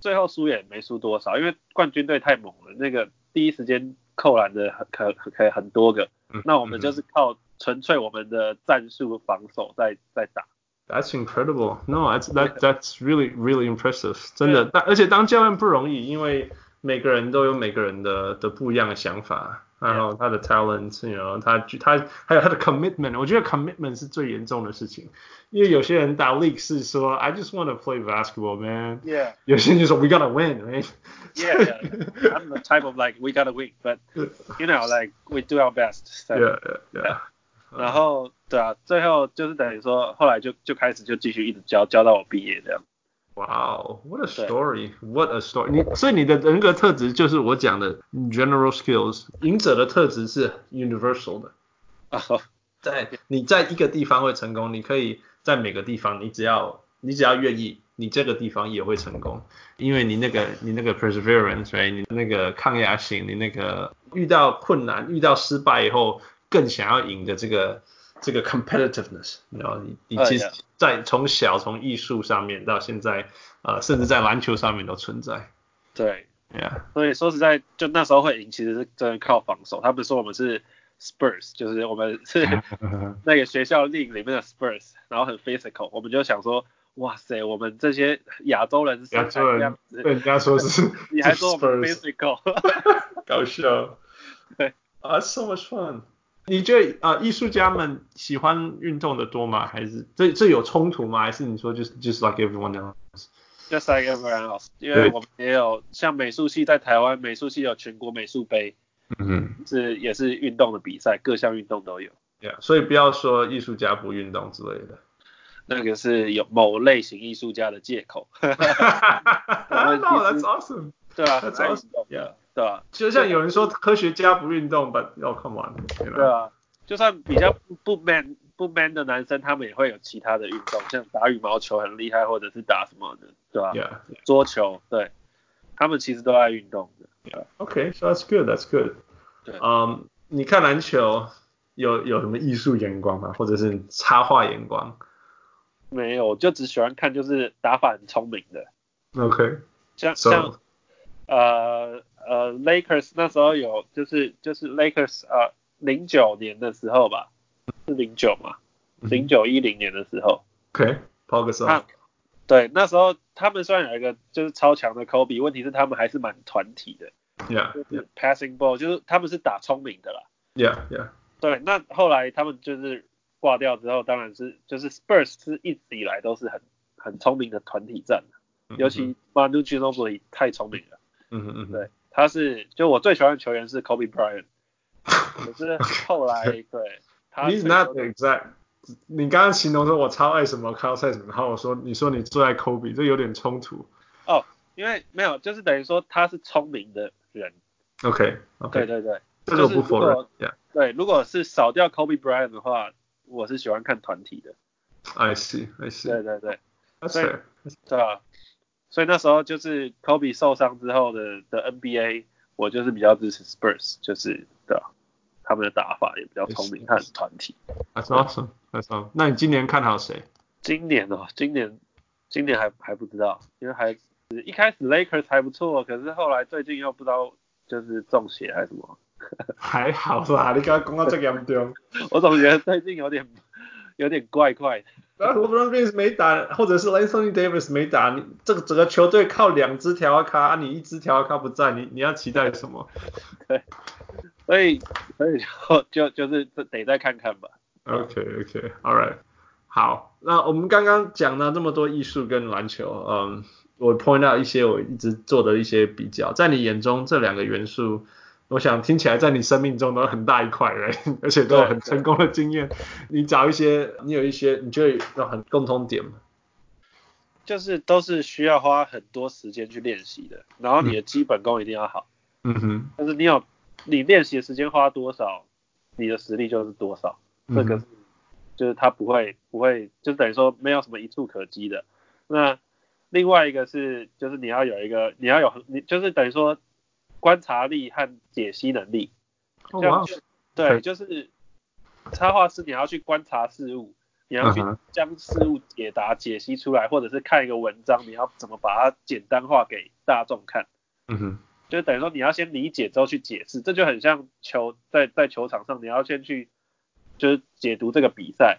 Speaker 4: 最后输也没输多少，因为冠军队太猛了，那个第一时间扣篮的很可可可以很多个，
Speaker 3: 嗯
Speaker 4: 那我们就是靠纯粹我们的战术防守在在打。
Speaker 3: That's incredible. No, that's that that's really really impressive. 真的，但而且当教练不容易，因为每个人都有每个人的的不一样的想法，然后他的 talent，然后他他还有他的 commitment。我觉得 commitment 是最严重的事情，因为有些人打 league 是说 I just want to play basketball, man。
Speaker 4: Yeah,
Speaker 3: 有些人就说 We gotta win, right?
Speaker 4: yeah, yeah. I'm the type of like we gotta win, but you know like we do our best. So.
Speaker 3: Yeah, yeah, yeah.
Speaker 4: 然后对啊，最后就是等于说后来就就开始就继续一直教教到我毕业这样。
Speaker 3: Wow, what a
Speaker 4: 对
Speaker 3: story! What a story! 你所以你的人格特质就是我讲的 general skills，赢者的特质是 universal 的，在你在一个地方会成功，你可以在每个地方，你只要你只要愿意，你这个地方也会成功，因为你那个你那个 perseverance，right? 你那个抗压性，你那个遇到困难、遇到失败以后更想要赢的这个这个 competitiveness，然后你你
Speaker 4: 哎呀
Speaker 3: 其实在从小从艺术上面到现在，呃，甚至在篮球上面都存在
Speaker 4: 对，
Speaker 3: ，yeah，
Speaker 4: 所以说实在，就那时候会赢，其实是真的靠防守。他们说我们是 Spurs，就是我们 是那个学校 league 里面的 Spurs，然后很 physical。我们就想说，哇塞，我们这些亚洲人身
Speaker 3: 亚
Speaker 4: 材
Speaker 3: 洲
Speaker 4: 这
Speaker 3: 人
Speaker 4: 样
Speaker 3: 被
Speaker 4: 子，
Speaker 3: 人家说是，
Speaker 4: 你还说我们
Speaker 3: Spurs
Speaker 4: physical？
Speaker 3: 搞笑。
Speaker 4: 对
Speaker 3: 啊、s o much fun。你觉得啊、呃艺术家们喜欢运动的多吗？还是这这有冲突吗？还是你说就是 just like everyone else？
Speaker 4: Just like everyone else，因
Speaker 3: 对
Speaker 4: 为我们也有像美术系在台湾，美术系有全国美术杯，
Speaker 3: 嗯
Speaker 4: 是也是运动的比赛，各项运动都有。
Speaker 3: ，Yeah，所以不要说艺术家不运动之类 的。
Speaker 4: 那个是有某类型艺术家的借口，们其
Speaker 3: No，that's
Speaker 4: 实
Speaker 3: awesome。
Speaker 4: 对啊，
Speaker 3: That's
Speaker 4: 很爱运动
Speaker 3: Yeah，
Speaker 4: 对啊，
Speaker 3: 就像有人说科学家不运动，but oh come on，you know。
Speaker 4: 对啊，就算比较不不 man 不 man 的男生，他们也会有其他的运动，像打羽毛球很厉害，或者是打什么的，对吧、啊
Speaker 3: Yeah。
Speaker 4: 桌球，对，他们其实都爱运动的。
Speaker 3: Okay, so that's good. That's good.
Speaker 4: 对
Speaker 3: 嗯，你看篮球，有有什么艺术眼光吗？或者是插画眼光
Speaker 4: 没有，我就只喜欢看就是打法很聪明的，
Speaker 3: ？OK，
Speaker 4: 像
Speaker 3: So-
Speaker 4: 像呃呃 Lakers 那时候有就是就是 Lakers 呃零九年的时候吧，是零九嘛，零九一零年的时候，
Speaker 3: OK，Paul g a s o
Speaker 4: 他对那时候他们虽然有一个就是超强的 Kobe，问题是他们还是蛮团体的，就是 passing ball 就是他们是打聪明的啦。
Speaker 3: ，Yeah，Yeah，Yeah，
Speaker 4: 对，那后来他们就是挂掉之后，当然是就是 Spurs 是一直以来都是很很聪明的团体战，尤其 Manu Ginobili 太聪明了。
Speaker 3: 嗯哼嗯哼
Speaker 4: 对，他是就我最喜欢的球员是 Kobe Bryant，可是后来对他
Speaker 3: ，He's
Speaker 4: 退
Speaker 3: not
Speaker 4: 休
Speaker 3: the exact。你刚刚形容说我超爱什么 c a r 什么，然后我说你说你最爱 Kobe，这有点冲突。
Speaker 4: 因为没有就是等于说他是聪明的人，
Speaker 3: OK
Speaker 4: 对
Speaker 3: OK，
Speaker 4: 对对
Speaker 3: 这个我不
Speaker 4: 就是如
Speaker 3: 否
Speaker 4: 果
Speaker 3: 认。Yeah,
Speaker 4: 对，如果是少掉 Kobe Bryant 的话，我是喜欢看团体的，
Speaker 3: I see I
Speaker 4: 对
Speaker 3: see.
Speaker 4: 对对
Speaker 3: That's
Speaker 4: 所以
Speaker 3: fair.
Speaker 4: 对啊，所以那时候就是 Kobe 受伤之后的的 NBA，我就是比较支持 Spurs，就是对啊，他们的打法也比较聪
Speaker 3: Yes,
Speaker 4: 明，
Speaker 3: yes.
Speaker 4: 他很团体。
Speaker 3: That's awesome. That's awesome. 那你今年看好谁？
Speaker 4: 今年哦，今年今年还还不知道，因为还一开始 Lakers 还不错，可是后来最近又不知道就是中邪还是什么，
Speaker 3: 还好啦，你刚刚讲到这个严重。
Speaker 4: 我总觉得最近有点有点怪怪的。
Speaker 3: 然后 LeBron James 啊没打，或者是 Anthony Davis 没打，你这个整个球队靠两只调咖，啊你一只调咖不在，你你要期待什么
Speaker 4: 所以，所以就就就是得再看看吧。
Speaker 3: ？OK OK，All right，好，那我们刚刚讲了这么多艺术跟篮球，嗯，我 point out 一些我一直做的一些比较，在你眼中这两个元素，我想听起来在你生命中都很大一块人， 而且都有很成功的经验。你找一些，你有一些，你觉得有很共通点吗？
Speaker 4: 就是都是需要花很多时间去练习的，然后你的基本功一定要好，
Speaker 3: 嗯哼，
Speaker 4: 但是你有你练习的时间花多少，你的实力就是多少，
Speaker 3: 嗯
Speaker 4: 这个是就是它不会不会就等于说没有什么一触可及的。那另外一个是就是你要有一个你要有很你就是等于说观察力和解析能力，
Speaker 3: 哦
Speaker 4: 这样
Speaker 3: 哇
Speaker 4: 就
Speaker 3: 对
Speaker 4: 对，就是插画师你要去观察事物，你要去
Speaker 3: 嗯哼
Speaker 4: 将事物解答、解析出来，或者是看一个文章，你要怎么把它简单化给大众看，
Speaker 3: 嗯哼。
Speaker 4: 就是等于说你要先理解之后去解释，这就很像球在在球场上，你要先去就是解读这个比赛，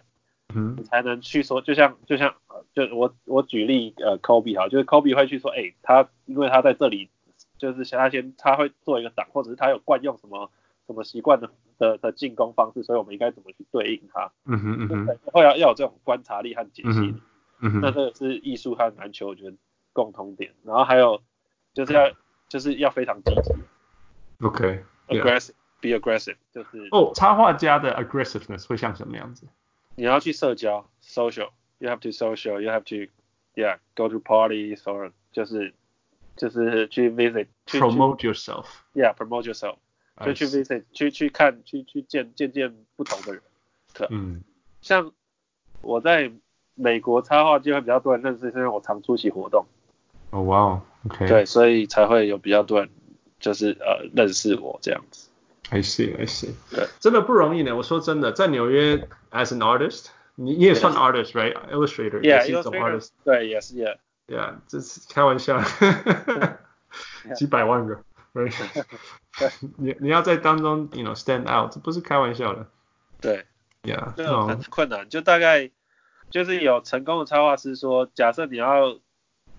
Speaker 3: 嗯
Speaker 4: 你才能去说，就像就像呃就我我举例呃，Kobe 哈，就是 Kobe 会去说，哎、他因为他在这里，就是他先他会做一个挡，或者是他有惯用什么什么习惯的的的进攻方式，所以我们应该怎么去对应他，
Speaker 3: 嗯哼嗯
Speaker 4: 就是
Speaker 3: 哼
Speaker 4: 会要要有这种观察力和解析力。
Speaker 3: 嗯嗯
Speaker 4: 那
Speaker 3: 哼，
Speaker 4: 这个是艺术和篮球我觉得共同点，然后还有就是要就是要非常积极
Speaker 3: OK。Yeah.
Speaker 4: ，aggressive，be aggressive，就是
Speaker 3: 哦，插画家的 aggressiveness 会像什么样子？
Speaker 4: 你要去社交，social，you have to social，you have to，yeah，go to parties or 就是就是去 visit，去去
Speaker 3: Promote yourself，
Speaker 4: yeah promote yourself，就去
Speaker 3: I see
Speaker 4: visit，去去看，去去见见见不同的人。
Speaker 3: 嗯
Speaker 4: 像我在美国插画界会比较多人认识，是因为我常出席活动，
Speaker 3: 哦哇哦，OK，
Speaker 4: 对，所以才会有比较多人就是呃认识我这样子。
Speaker 3: ，I see，I see，
Speaker 4: 对
Speaker 3: 真的不容易呢。我说真的，在纽约 as an artist，你你也算 artist，right？Illustrator 也
Speaker 4: Yeah，
Speaker 3: 是一种 artist，
Speaker 4: 对，也是也
Speaker 3: yeah，这是开玩笑， 几百万个，right？你 你要在当中，you know stand out，这不是开玩笑的
Speaker 4: 对，
Speaker 3: ，yeah，
Speaker 4: 这种
Speaker 3: 哦
Speaker 4: 很困难。就大概就是有成功的插画师说，假设你要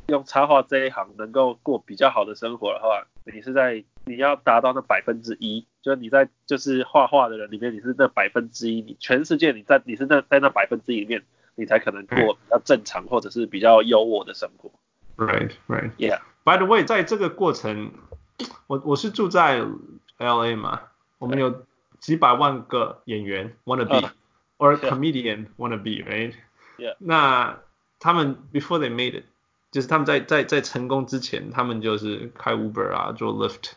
Speaker 4: 用插画这一行能够过比较好的生活的话，你是在你要达到那百分之一，就是你在就是画画的人里面，你是那百分之一，你全世界你在你是那在那百分之一里面，你才可能过比较正常或者是比较优渥的生活。
Speaker 3: ，right，right。
Speaker 4: Yeah，
Speaker 3: By the way，在这个过程，我我是住在 L A 嘛，我们有几百万个演员 wanna be、
Speaker 4: 嗯
Speaker 3: or
Speaker 4: Yeah.
Speaker 3: comedian wanna be，right？、
Speaker 4: Yeah.
Speaker 3: 那他们 before they made it，就是他们在在在成功之前，他们就是开 Uber 啊，做 Lyft，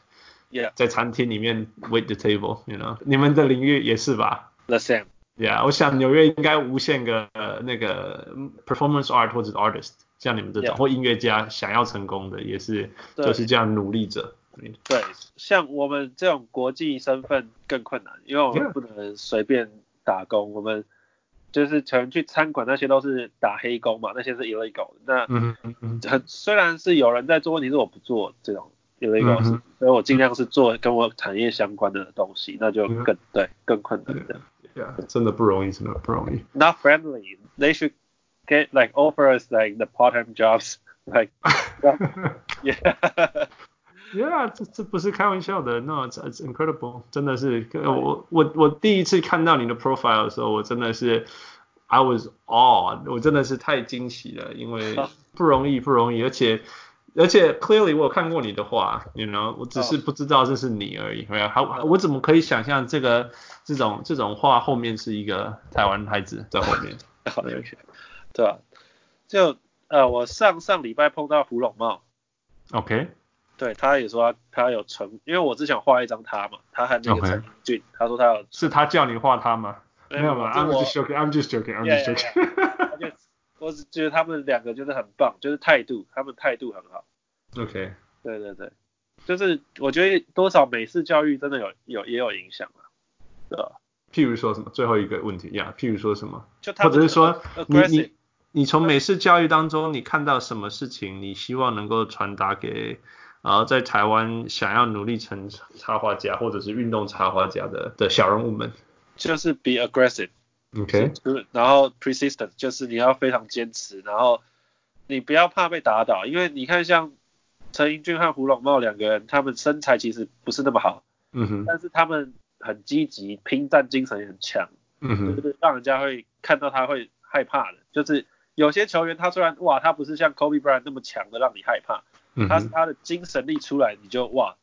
Speaker 4: Yeah.
Speaker 3: 在餐厅里面 wait the table，you know？你们的领域也是吧
Speaker 4: the same。
Speaker 3: ？Yeah，我想纽约应该无限个、呃、那个嗯 performance art 或者 artist，像你们这种
Speaker 4: Yeah.
Speaker 3: 或音乐家想要成功的也是。
Speaker 4: 对
Speaker 3: 就是这样努力着。 happening.
Speaker 4: 对，像我们这种国际身份更困难，因为我
Speaker 3: Yeah.
Speaker 4: 们不能随便打工，我们就是可能去餐馆那些都是打黑工嘛，那些是 illegal 的。那
Speaker 3: 嗯嗯嗯，
Speaker 4: 很虽然是有人在做，问题是我不做这种
Speaker 3: 嗯
Speaker 4: illegal
Speaker 3: 哼
Speaker 4: 事情，所以我尽量是做跟我产业相关的东西，那就
Speaker 3: 嗯
Speaker 4: 更对更困难这样。
Speaker 3: yeah, 真的不容易，真的不容易。
Speaker 4: Not friendly. They should get like offer us like the part-time jobs. Like, yeah.
Speaker 3: Yeah，这这不是开玩笑的，No，it's it's incredible，真的是我我我第一次看到你的 profile 的时候，我真的是 I was awed，我真的是太惊喜了，因 为不容易不容易，而且而且 clearly 我有看过你的画，you know，我只是
Speaker 4: 哦
Speaker 3: 不知道这是你而已，没有，还我怎么可以想象这个这种这种画后面是一个台湾孩子在后面？对
Speaker 4: 对啊，就呃，我上上礼拜碰到胡龙茂，
Speaker 3: ，OK，
Speaker 4: 对他也说他他有存，因为我之前有画一张他嘛，他和那个
Speaker 3: OK
Speaker 4: 陈英俊，他说他有
Speaker 3: 是他叫你画他吗？
Speaker 4: 没
Speaker 3: 没有吧
Speaker 4: 是
Speaker 3: ？I'm
Speaker 4: 我
Speaker 3: just joking，I'm just joking，I'm
Speaker 4: Yeah,
Speaker 3: just
Speaker 4: yeah,
Speaker 3: joking。
Speaker 4: 他就我是觉得他们两个就是很棒，就是态度，他们态度很好。
Speaker 3: OK，
Speaker 4: 对对对，就是我觉得多少美式教育真的有有也有影响啊，对吧？
Speaker 3: 譬如说什么？最后一个问题呀譬如说什么？
Speaker 4: 就他
Speaker 3: 或
Speaker 4: 们
Speaker 3: 者是说
Speaker 4: 很
Speaker 3: 你
Speaker 4: aggressive
Speaker 3: 你你从美式教育当中，你看到什么事情，你希望能够传达给呃在台湾想要努力成插画家或者是运动插画家的的小人物们
Speaker 4: 就是 be aggressive，
Speaker 3: ？OK，
Speaker 4: 就是然后 persistent 就是你要非常坚持，然后你不要怕被打倒，因为你看像陈英俊和胡龙茂两个人，他们身材其实不是那么好，
Speaker 3: 嗯哼，
Speaker 4: 但是他们很积极，拼战精神也很强，
Speaker 3: 嗯哼，
Speaker 4: 就是让人家会看到他会害怕的。就是有些球员他虽然哇，他不是像 Kobe Bryant 那么强的让你害怕，
Speaker 3: 嗯
Speaker 4: 他是
Speaker 3: 哼。
Speaker 4: 他的精神力出来，你就哇，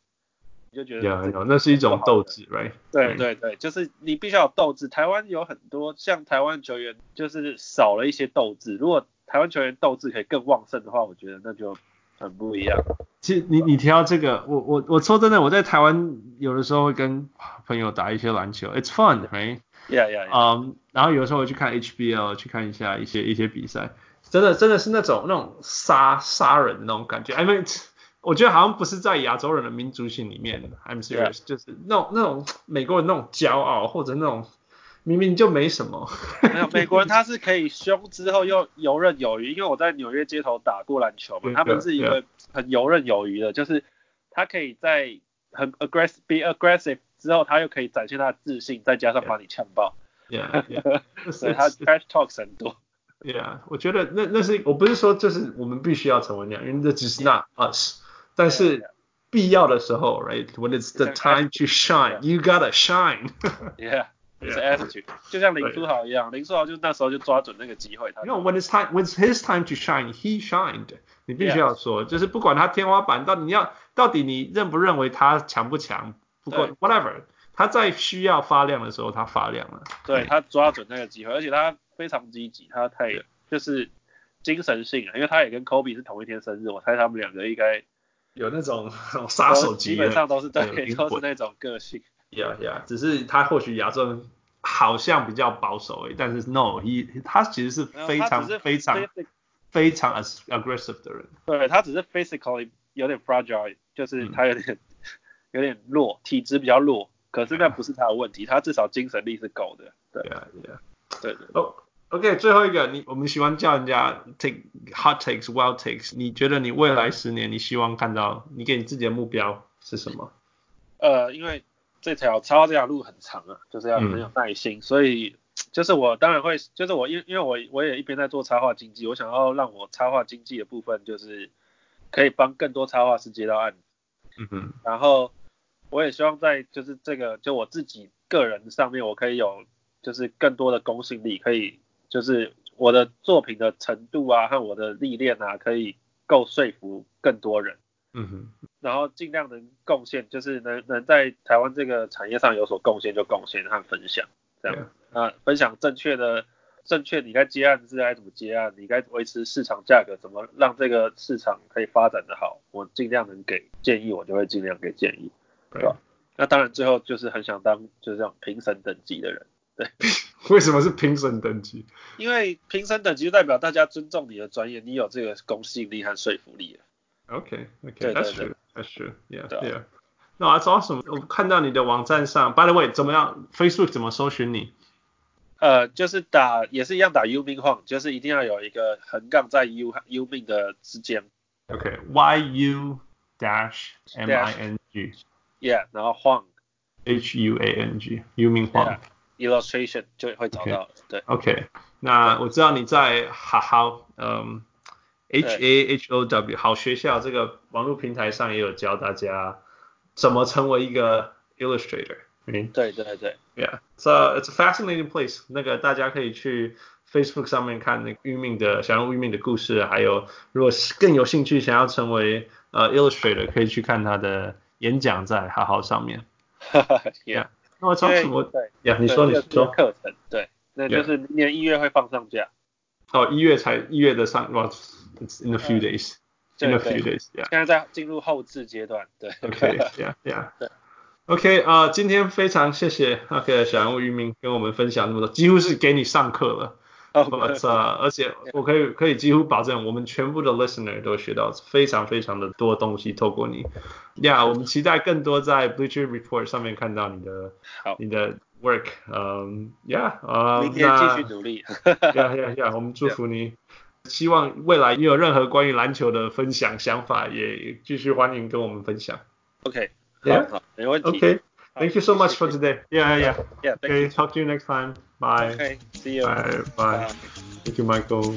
Speaker 4: 你就觉得
Speaker 3: Yeah, I
Speaker 4: 这
Speaker 3: know. 那是一种斗志，right？
Speaker 4: 对对对，就是你必须要有斗志。台湾有很多像台湾球员，就是少了一些斗志。如果台湾球员斗志可以更旺盛的话，我觉得那就很不一样。
Speaker 3: 其实你你提到这个，我我我说真的，我在台湾有的时候会跟朋友打一些篮球，it's fun，right？
Speaker 4: Yeah yeah yeah，
Speaker 3: 嗯，然后有的时候我去看 HBL，去看一下一些一些比赛，真的真的是那种那种杀杀人的那种感觉。I mean，我觉得好像不是在亚洲人的民族性里面，I'm serious，、就是那种那种美国人那种骄傲或者那种明明就没什么，
Speaker 4: 没有美国人他是可以凶之后又游刃有余，因为我在纽约街头打过篮球嘛
Speaker 3: 对，
Speaker 4: 他们是一个很游刃有余的，就是他可以在很 aggressive be aggressive 之后，他又可以展现他的自信，再加上把你呛爆，
Speaker 3: yeah, yeah,
Speaker 4: 所以他 trash talks 很多。
Speaker 3: Yeah，我觉得那那是我不是说就是我们必须要成为那样，因为这只是 not us，但是
Speaker 4: yeah.
Speaker 3: 必要的时候，right，when it's the
Speaker 4: It's an
Speaker 3: time to shine，you gotta shine 。
Speaker 4: Yeah，就是
Speaker 3: Yeah.
Speaker 4: attitude，就像林
Speaker 3: 对
Speaker 4: 书豪一样，林书豪就那时候就抓准那个机会，他
Speaker 3: No, when it's time, when it's his time to shine, he shined. 你必须
Speaker 4: Yeah.
Speaker 3: 要说就是不管他天花板到底你要到底你认不认为他强不强，不管 whatever，他在需要发亮的时候他发亮了。
Speaker 4: 对他抓准那个机会，而且他非常积极，他太就是精神性啊，因为他也跟 Kobe 是同一天生日，我猜他们两个应该
Speaker 3: 有那种那种杀手
Speaker 4: 哦基
Speaker 3: 级
Speaker 4: 本上
Speaker 3: 的
Speaker 4: 都是
Speaker 3: 对
Speaker 4: 对，
Speaker 3: 灵
Speaker 4: 都是
Speaker 3: 魂
Speaker 4: 那种个性。
Speaker 3: ，Yeah Yeah，只是他或许亚洲人好像比较保守而已，但是 No，he 他其实是
Speaker 4: 没有
Speaker 3: 非
Speaker 4: 他
Speaker 3: 常
Speaker 4: 只是
Speaker 3: 非常
Speaker 4: physic-
Speaker 3: 非常 as- aggressive 的人。
Speaker 4: 对他只是 physically 有点 fragile，就是
Speaker 3: 嗯
Speaker 4: 他有点、有点弱，体质比较弱，可
Speaker 3: 嗯
Speaker 4: 是那不是他的问题，他至少精神力是够的。对
Speaker 3: Yeah Yeah。
Speaker 4: 对对。
Speaker 3: 哦、o k 最后一个，你我们喜欢叫人家 take hot takes, wild takes。你觉得你未来十年你希望看到，你给你自己的目标是什么？
Speaker 4: 呃，因为这条超这条路很长啊，就是要
Speaker 3: 嗯
Speaker 4: 很有耐心，所以就是我当然会，就是我因因为我我也一边在做插画经济，我想要让我插画经济的部分就是可以帮更多插画师接到案子，
Speaker 3: 嗯哼，
Speaker 4: 然后我也希望在就是这个就我自己个人上面，我可以有就是更多的公信力，可以就是我的作品的程度啊和我的历练啊，可以够说服更多人。
Speaker 3: 嗯哼，
Speaker 4: 然后尽量能贡献，就是能能在台湾这个产业上有所贡献就贡献和分享，这样啊、分享正确的正确你该接案是该怎么接案，你该维持市场价格，怎么让这个市场可以发展的好，我尽量能给建议，我就会尽量给建议。
Speaker 3: 对
Speaker 4: 吧那当然最后就是很想当就是这种评审等级的人，
Speaker 3: 为什么是评审等级？
Speaker 4: 因为评审等级就代表大家尊重你的专业，你有这个公信力和说服力了。
Speaker 3: OK，OK，that's、
Speaker 4: 对对
Speaker 3: true
Speaker 4: 对。
Speaker 3: That's true. Yeah,
Speaker 4: 对啊
Speaker 3: yeah. No, that's awesome. 我看到你的网站上，By the way，怎么样？Facebook 怎么搜寻你？
Speaker 4: 呃，就是打也是一样打 U 命晃，就是一定要有一个横杠在 U 和 U 命的之间
Speaker 3: OK，Y、U dash M I N G
Speaker 4: ，Yeah，然后晃
Speaker 3: H U A N G U 明晃。
Speaker 4: Yeah illustration 就会找到了。对
Speaker 3: OK，那我知道你在好好，嗯，H A H O W 好学校这个网络平台上也有教大家怎么成为一个 illustrator。嗯
Speaker 4: 对对对
Speaker 3: Yeah, so it's a fascinating place. 那个大家可以去 Facebook 上面看那个玉命的，想要玉命的故事，还有如果是更有兴趣想要成为呃 illustrator，可以去看他的演讲在好好上面。
Speaker 4: ，Yeah，
Speaker 3: 那我
Speaker 4: 因
Speaker 3: 从
Speaker 4: 为
Speaker 3: 此我
Speaker 4: 对，
Speaker 3: 呀，你
Speaker 4: 对
Speaker 3: 说你
Speaker 4: 这是
Speaker 3: 说
Speaker 4: 课程，对，那就是明年一月会放上架，
Speaker 3: 哦，一月才一月的上，哇，it's in a few days, in
Speaker 4: 对
Speaker 3: a few
Speaker 4: 对，
Speaker 3: days, yeah.
Speaker 4: 现在在进入后置阶段，对
Speaker 3: OK，yeah yeah
Speaker 4: 对。
Speaker 3: OK 啊、今天非常谢谢 OK 小人物渔民跟我们分享那么多，几乎是给你上课 了。But 呃，而且我可以可以几乎保证，我们全部的 listener 都学到非常非常的多东西，透过你。Yeah，我们期待更多在 Blue Tree Report 上面看到你的
Speaker 4: 好，
Speaker 3: 你的 work。嗯，Yeah，呃，
Speaker 4: 明天继续
Speaker 3: 那
Speaker 4: 努力，
Speaker 3: 呀呀呀！我们祝福你。希望未来你有任何关于篮球的分享想法，也继续欢迎跟我们分享。
Speaker 4: OK，好
Speaker 3: Yeah，
Speaker 4: 好，没问题
Speaker 3: OK，
Speaker 4: 好
Speaker 3: thank you so much
Speaker 4: 谢谢
Speaker 3: for today. Yeah, yeah.
Speaker 4: Yeah, thank
Speaker 3: Okay,
Speaker 4: you.
Speaker 3: talk to you next time. Bye.
Speaker 4: Okay, see you.
Speaker 3: Bye. Bye.
Speaker 4: Bye.
Speaker 3: Thank you, Michael.